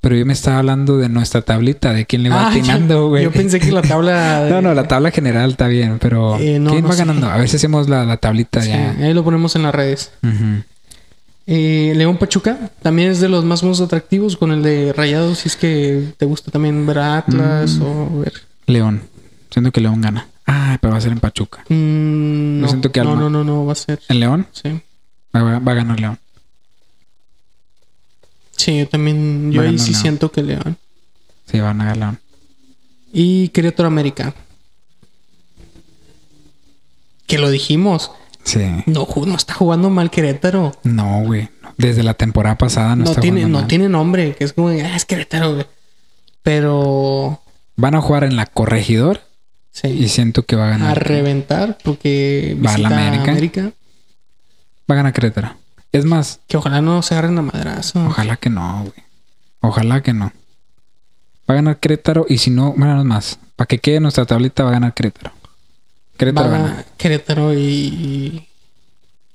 Pero yo me estaba hablando de nuestra tablita, de quién le va Ah, atinando, yo- güey. Yo pensé que la tabla. de- No, no, la tabla general está bien, pero Eh, no, ¿quién no va sé. ganando? A ver si hacemos la, la tablita Sí, ya. ahí lo ponemos en las redes. Ujú. Eh, León Pachuca también es de los más más atractivos con el de Rayados. Si es que te gusta también ver a Atlas Mm. o ver. León. Siento que León gana. Ah, pero va a ser en Pachuca. Mm, Yo no, siento que no, Alma- no, no, no, va a ser. ¿En León? Sí. Va, va- va a ganar León. Sí, yo también. Yo Va ahí ganando sí León. siento que León. Sí, va a ganar León. Y Querétaro América. Que lo dijimos. Sí. No, ju- no está jugando mal Querétaro. No, güey. no. Desde la temporada pasada no, No, está tiene, jugando no mal. tiene nombre. Que es como, ah, es Querétaro, güey. Pero. Van a jugar en la Corregidor y Sí. siento que va a A ganar. reventar porque Va a la visita a América. América. Va a ganar Querétaro. Es más, Que ojalá no se agarren a madrazo. ojalá que no, güey. Ojalá que no. Va a ganar Querétaro y si no, bueno, no es más. Para que quede nuestra tablita, va a ganar Querétaro. Querétaro Va gana. Querétaro y, y,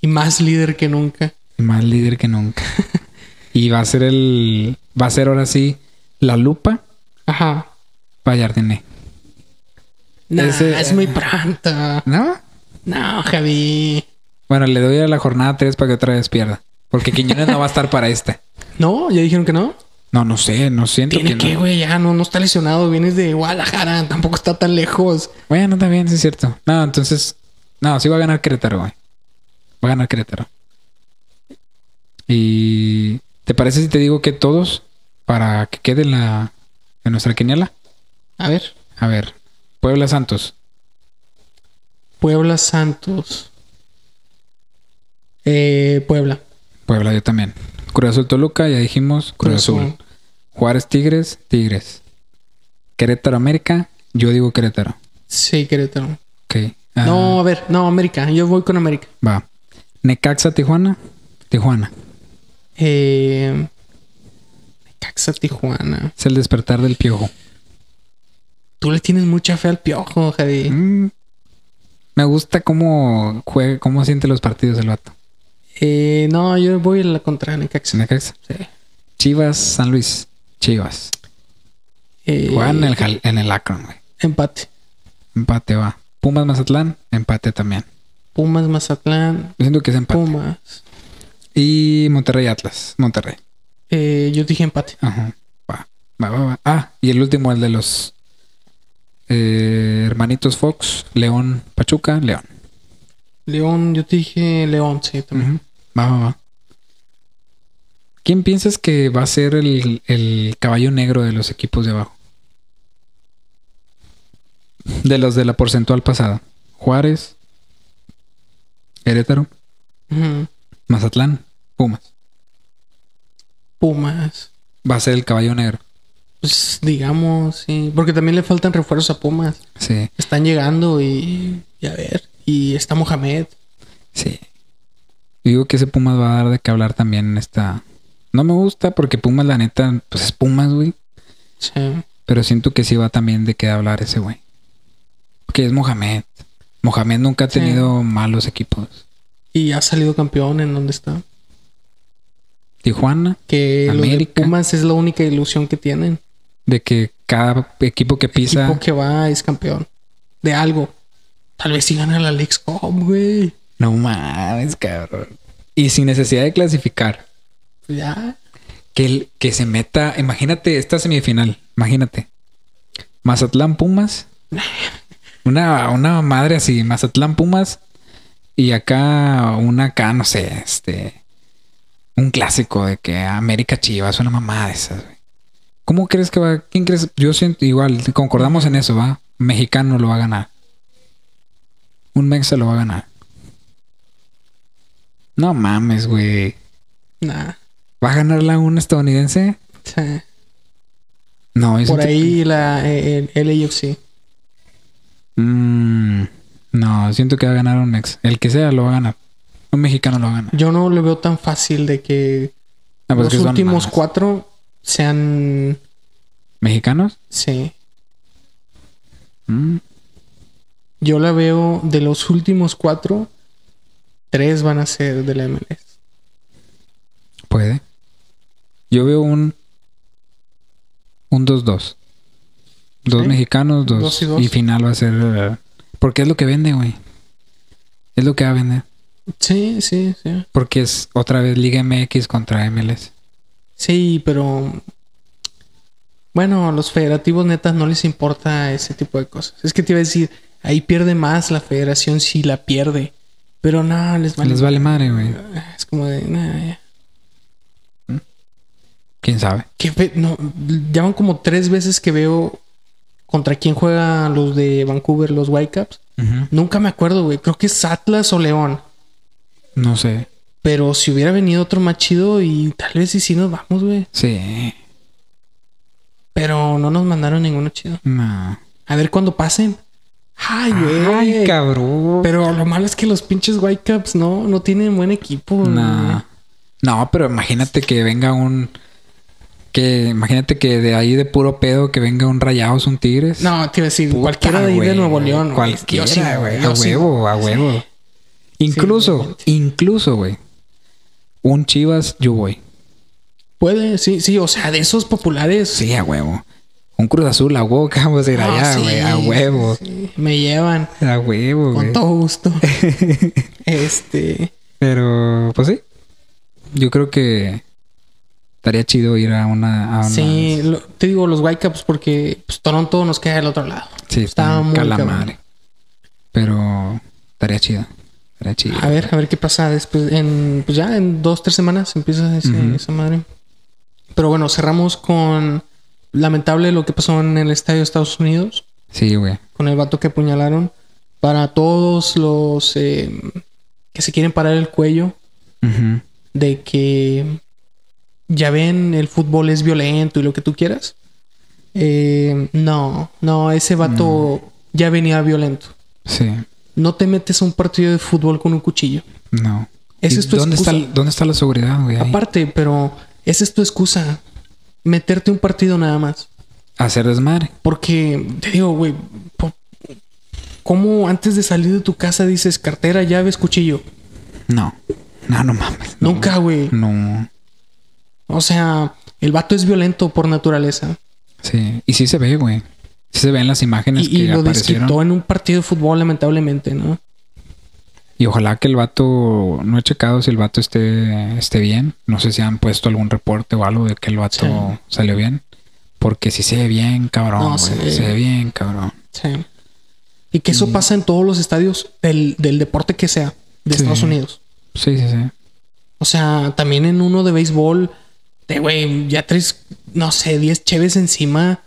y más líder que nunca. Más líder que nunca. Y va a ser el. Va a ser ahora sí la lupa Ajá. para Jardiné. Nah, Ese- es muy pronto. ¿No? No, Javi. Bueno, le doy a la jornada 3 para que otra vez pierda. Porque Quiñones no va a estar para esta. No, ya dijeron que no. No, no sé, no siento que Tiene que, no. güey, ya no, no está lesionado. Vienes de Guadalajara, tampoco está tan lejos. Bueno, también, sí es cierto. No, entonces. No, sí va a ganar Querétaro, güey. Va a ganar Querétaro. ¿Y te parece si te digo que todos? Para que quede en la. en nuestra quiniela. A ver, A ver. Puebla Santos. Puebla Santos. Eh, Puebla. Puebla, yo también. Cruz Azul Toluca, ya dijimos. Cruz Azul. Juárez Tigres, Tigres. Querétaro América, yo digo Querétaro. Sí, Querétaro. Ok. Ah, No, a ver, no, América. Yo voy con América. Va. Necaxa Tijuana, Tijuana. Eh, Caxa Tijuana. Es el despertar del piojo. Tú le tienes mucha fe al piojo, Javi. Mm. Me gusta cómo juega, cómo siente los partidos el vato. Eh, no, yo voy a la contra Necaxa. Necaxa. Sí. Chivas, San Luis. Chivas. Eh, Juegan en el, Jal- en el Akron, güey. Empate. Empate va. Pumas Mazatlán, empate también. Pumas, Mazatlán. Yo siento que es empate. Pumas. Y Monterrey Atlas. Monterrey. Eh, yo dije empate. Ajá. Va. Va, va, va. Ah, y el último, el de los eh, hermanitos Fox, León, Pachuca, León. León, yo te dije León, sí, también. Ujú. Va, va, va. ¿Quién piensas que va a ser el, el caballo negro de los equipos de abajo? De los de la porcentual pasada. Juárez, Herétaro, Ujú. Mazatlán, Pumas. Pumas. Va a ser el caballo negro. Pues digamos, sí. Porque también le faltan refuerzos a Pumas. Sí, Están llegando y, y a ver. Y está Mohamed. sí. Digo que ese Pumas va a dar de qué hablar también en esta. No me gusta porque Pumas, la neta, pues es Pumas, güey. Sí. Pero siento que sí va también de qué hablar ese güey. Porque es Mohamed. Mohamed nunca ha Sí. tenido malos equipos. Y ha salido campeón en donde está. Tijuana, Que los de América. Pumas es la única ilusión que tienen. de que cada equipo que pisa. equipo que va es campeón de algo. Tal vez si gana la Lex Cup, güey. No mames, cabrón. Y sin necesidad de clasificar. Pues Ya. Que, el- que se meta. Imagínate esta semifinal. Imagínate. Mazatlán Pumas. Una, una madre así. Mazatlán Pumas. Y acá, una acá, no sé, este. Un clásico de que América Chivas, una mamada de esas, güey. ¿Cómo crees que va? ¿Quién crees? Yo siento igual, concordamos en eso, ¿va? Un Mexicano lo va a ganar. Un mexa lo va a ganar. No mames, güey. Nah. ¿Va a ganarla un estadounidense? O sea, No, yo por siento ahí la eh, el, el LAFC. que- Mm, no, siento que va a ganar un mex. El que sea lo va a ganar. Un mexicano lo va a ganar. Yo no lo veo tan fácil de que Ah, pues los que son últimos más. cuatro sean. ¿Mexicanos? Sí. Mm, Yo la veo de los últimos cuatro, tres van a ser de la MLS. puede. Yo veo un... Un 2-2. Dos Sí. mexicanos, dos, Dos y dos. Y final va a ser... eh, Porque es lo que vende, güey. Es lo que va a vender. Sí, sí, sí. Porque es otra vez Liga MX contra MLS. Sí, pero. Bueno, a los federativos netas no les importa ese tipo de cosas. Es que te iba a decir, ahí pierde más la federación si la pierde. Pero no, les vale. Les vale madre, güey. Es como de. nah, ya. ¿Quién sabe? Qué fe- no, ya van como tres veces que veo contra quién juegan los de Vancouver, los Whitecaps. Ujú. Nunca me acuerdo, güey. Creo que es Atlas o León. No sé. Pero si hubiera venido otro más chido y tal vez sí, sí nos vamos, güey. Sí. Pero no nos mandaron ninguno chido. No. A ver cuándo pasen. Ay, Ay, güey. cabrón. Pero lo malo es que los pinches Whitecaps no, no tienen buen equipo. güey. No. No, pero imagínate que venga un. Que imagínate que de ahí de puro pedo que venga un rayados, un tigres. No, te iba a decir, Puta, cualquiera de ahí de güey. Nuevo León. güey. Cualquiera, Yo sí, güey. yo a sí. huevo, a huevo. Incluso, incluso, güey. Un Chivas, yo voy. Puede, sí, sí, o sea, de esos populares. Sí, a huevo. Un Cruz Azul, a huevo, que vamos a ir Ah, allá, sí, güey. a huevo. sí, me llevan A huevo, con güey. todo gusto. este, Pero, pues sí. Yo creo que estaría chido ir a una. a una- sí, lo- te digo los Whitecaps porque pues, Toronto nos queda del otro lado. sí, estaba está muy calamar. Pero estaría chido. Estaría chido. A ver, a ver qué pasa después. En, pues ya en dos, tres semanas empieza ese- Ujú. esa madre. Pero bueno, cerramos con lamentable lo que pasó en el estadio de Estados Unidos Sí, güey. con el vato que apuñalaron. Para todos los eh, que se quieren parar el cuello Ujú. de que ya ven, el fútbol es violento y lo que tú quieras. Eh, no, no, ese vato ya venía violento. Sí. No te metes a un partido de fútbol con un cuchillo. No. Esa ¿Y es tu ¿Dónde está, excusa. ¿Dónde está la seguridad, güey? ahí? Aparte, pero esa es tu excusa. Meterte un partido nada más. Hacer desmadre. Porque, te digo, güey, po- ¿cómo antes de salir de tu casa dices cartera, llaves, cuchillo? No. No, no mames. No. Nunca, güey. No. O sea, el vato es violento por naturaleza. Sí. Y sí se ve, güey. Sí se ven las imágenes Y, y que lo aparecieron. desquitó en un partido de fútbol, lamentablemente, ¿no? Y ojalá que el vato, no he checado si el vato esté, esté bien. No sé si han puesto algún reporte o algo de que el vato Sí. salió bien. Porque si se ve bien, cabrón. No, güey. se se, ve. ve. bien, cabrón. Sí. Y que eso pasa en todos los estadios del, del deporte que sea, de Sí. Estados Unidos. Sí, sí, sí. O sea, también en uno de béisbol, de güey, ya tres, no sé, diez cheves encima.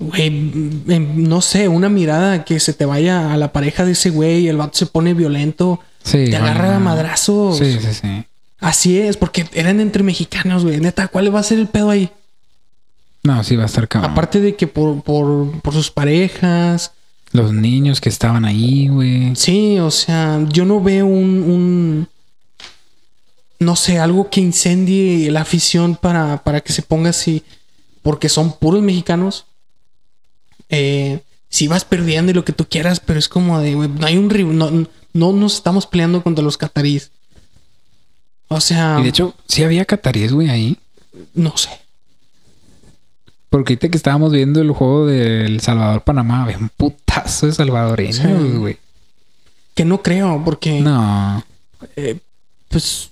Güey, mm, em, no sé, una mirada que se te vaya a la pareja de ese güey, el vato se pone violento, Sí, te agarra bueno, a madrazos. Sí, sí, sí. Así es, porque eran entre mexicanos, güey. Neta, ¿cuál va a ser el pedo ahí? No, sí va a estar cabrón. Aparte de que por, por, por sus parejas. Los niños que estaban ahí, güey. Sí, o sea, yo no veo un, un- no sé, algo que incendie la afición para, para que se ponga así, porque son puros mexicanos. Eh, si vas perdiendo y lo que tú quieras, pero es como de, güey, no hay un rival, no, no nos estamos peleando contra los cataríes. O sea, Y de hecho, sí había cataríes, güey, ahí. no sé. Porque ahorita que estábamos viendo el juego del Salvador-Panamá, había un putazo de salvadoreños, Sí. güey. Que no creo, porque, No. eh, pues,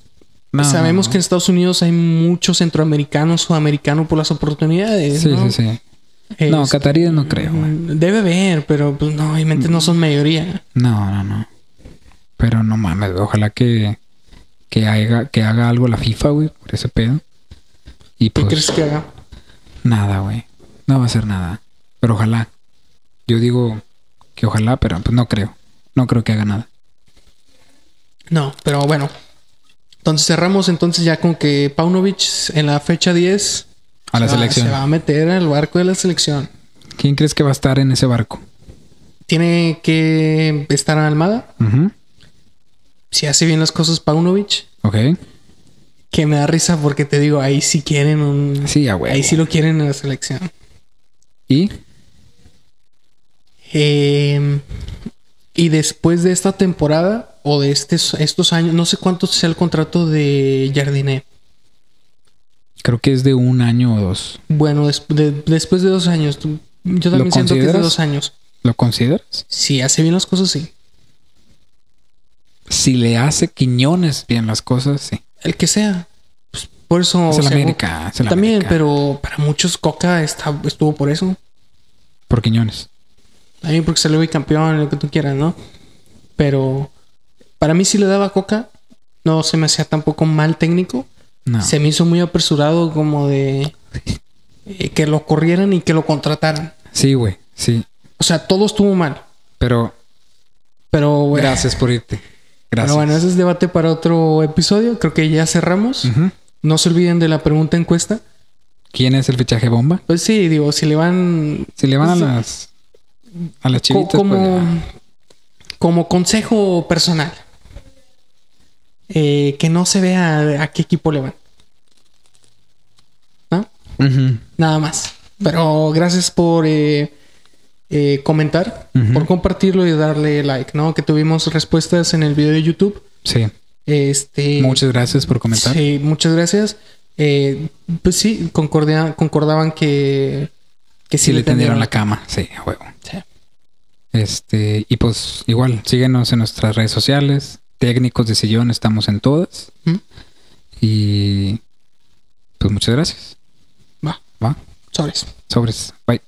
no, sabemos no, que en Estados Unidos hay muchos centroamericanos, sudamericanos por las oportunidades. Sí, ¿no? sí, sí. No, Este, cataríes no creo, güey. Mm, Debe haber, pero pues no, obviamente no son mayoría. No, no, no. Pero no mames, güey. ojalá que, que, haga, que haga algo la FIFA, güey, por ese pedo. Y ¿Qué pues crees que haga? nada, güey. No va a ser nada. Pero ojalá. Yo digo que ojalá, pero pues no creo. No creo que haga nada. No, pero bueno. Entonces cerramos entonces ya con que Paunovic en la fecha 10 A la se va- selección. se va a meter al barco de la selección. ¿Quién crees que va a estar en ese barco? Tiene que estar en Almada. Ujú. Si hace bien las cosas Paunovic, Ok. que me da risa porque te digo, ahí sí quieren un... Sí, a huevo. ahí sí lo quieren en la selección. Y Eh, y después de esta temporada o de estes- estos años, no sé cuánto sea el contrato de Jardiné. creo que es de un año o dos. Bueno, des- de- después de dos años, tú- yo también siento que es de consideras? dos años. ¿Lo consideras? Si hace bien las cosas, sí. Si le hace Quiñones bien las cosas, sí. El que sea. Pues, por eso. es el o sea, América. Es el También, América. pero para muchos Coca está, estuvo por eso. Por Quiñones. También porque salió bicampeón, lo que tú quieras, ¿no? Pero para mí si le daba Coca. No se me hacía tampoco mal técnico. No. Se me hizo muy apresurado como de eh, que lo corrieran y que lo contrataran. Sí, güey. Sí. O sea, todo estuvo mal. Pero Pero güey, gracias por irte. Gracias. Pero bueno, ese es debate para otro episodio. Creo que ya cerramos. Ujú. No se olviden de la pregunta encuesta. ¿Quién es el fichaje bomba? Pues sí, digo, si le van Si le van a Sí. las a las co- chivitas, como, pues ya. como consejo personal, eh, que no se vea a qué equipo le van. ¿No? Ujú. Nada más. Pero gracias por eh, eh, comentar, Ujú. por compartirlo y darle like, ¿no? Que tuvimos respuestas en el video de YouTube. Sí. Este, Muchas gracias por comentar. Sí, muchas gracias. eh, pues sí, concordia- concordaban que, que sí, Sí, le tendieron la cama, sí, a huevo. Sí. Este, y pues igual, síguenos en nuestras redes sociales. Técnicos de sillón, estamos en todas. Ujú. Y pues muchas gracias. Va. Va. Sobres. Sobres. Bye.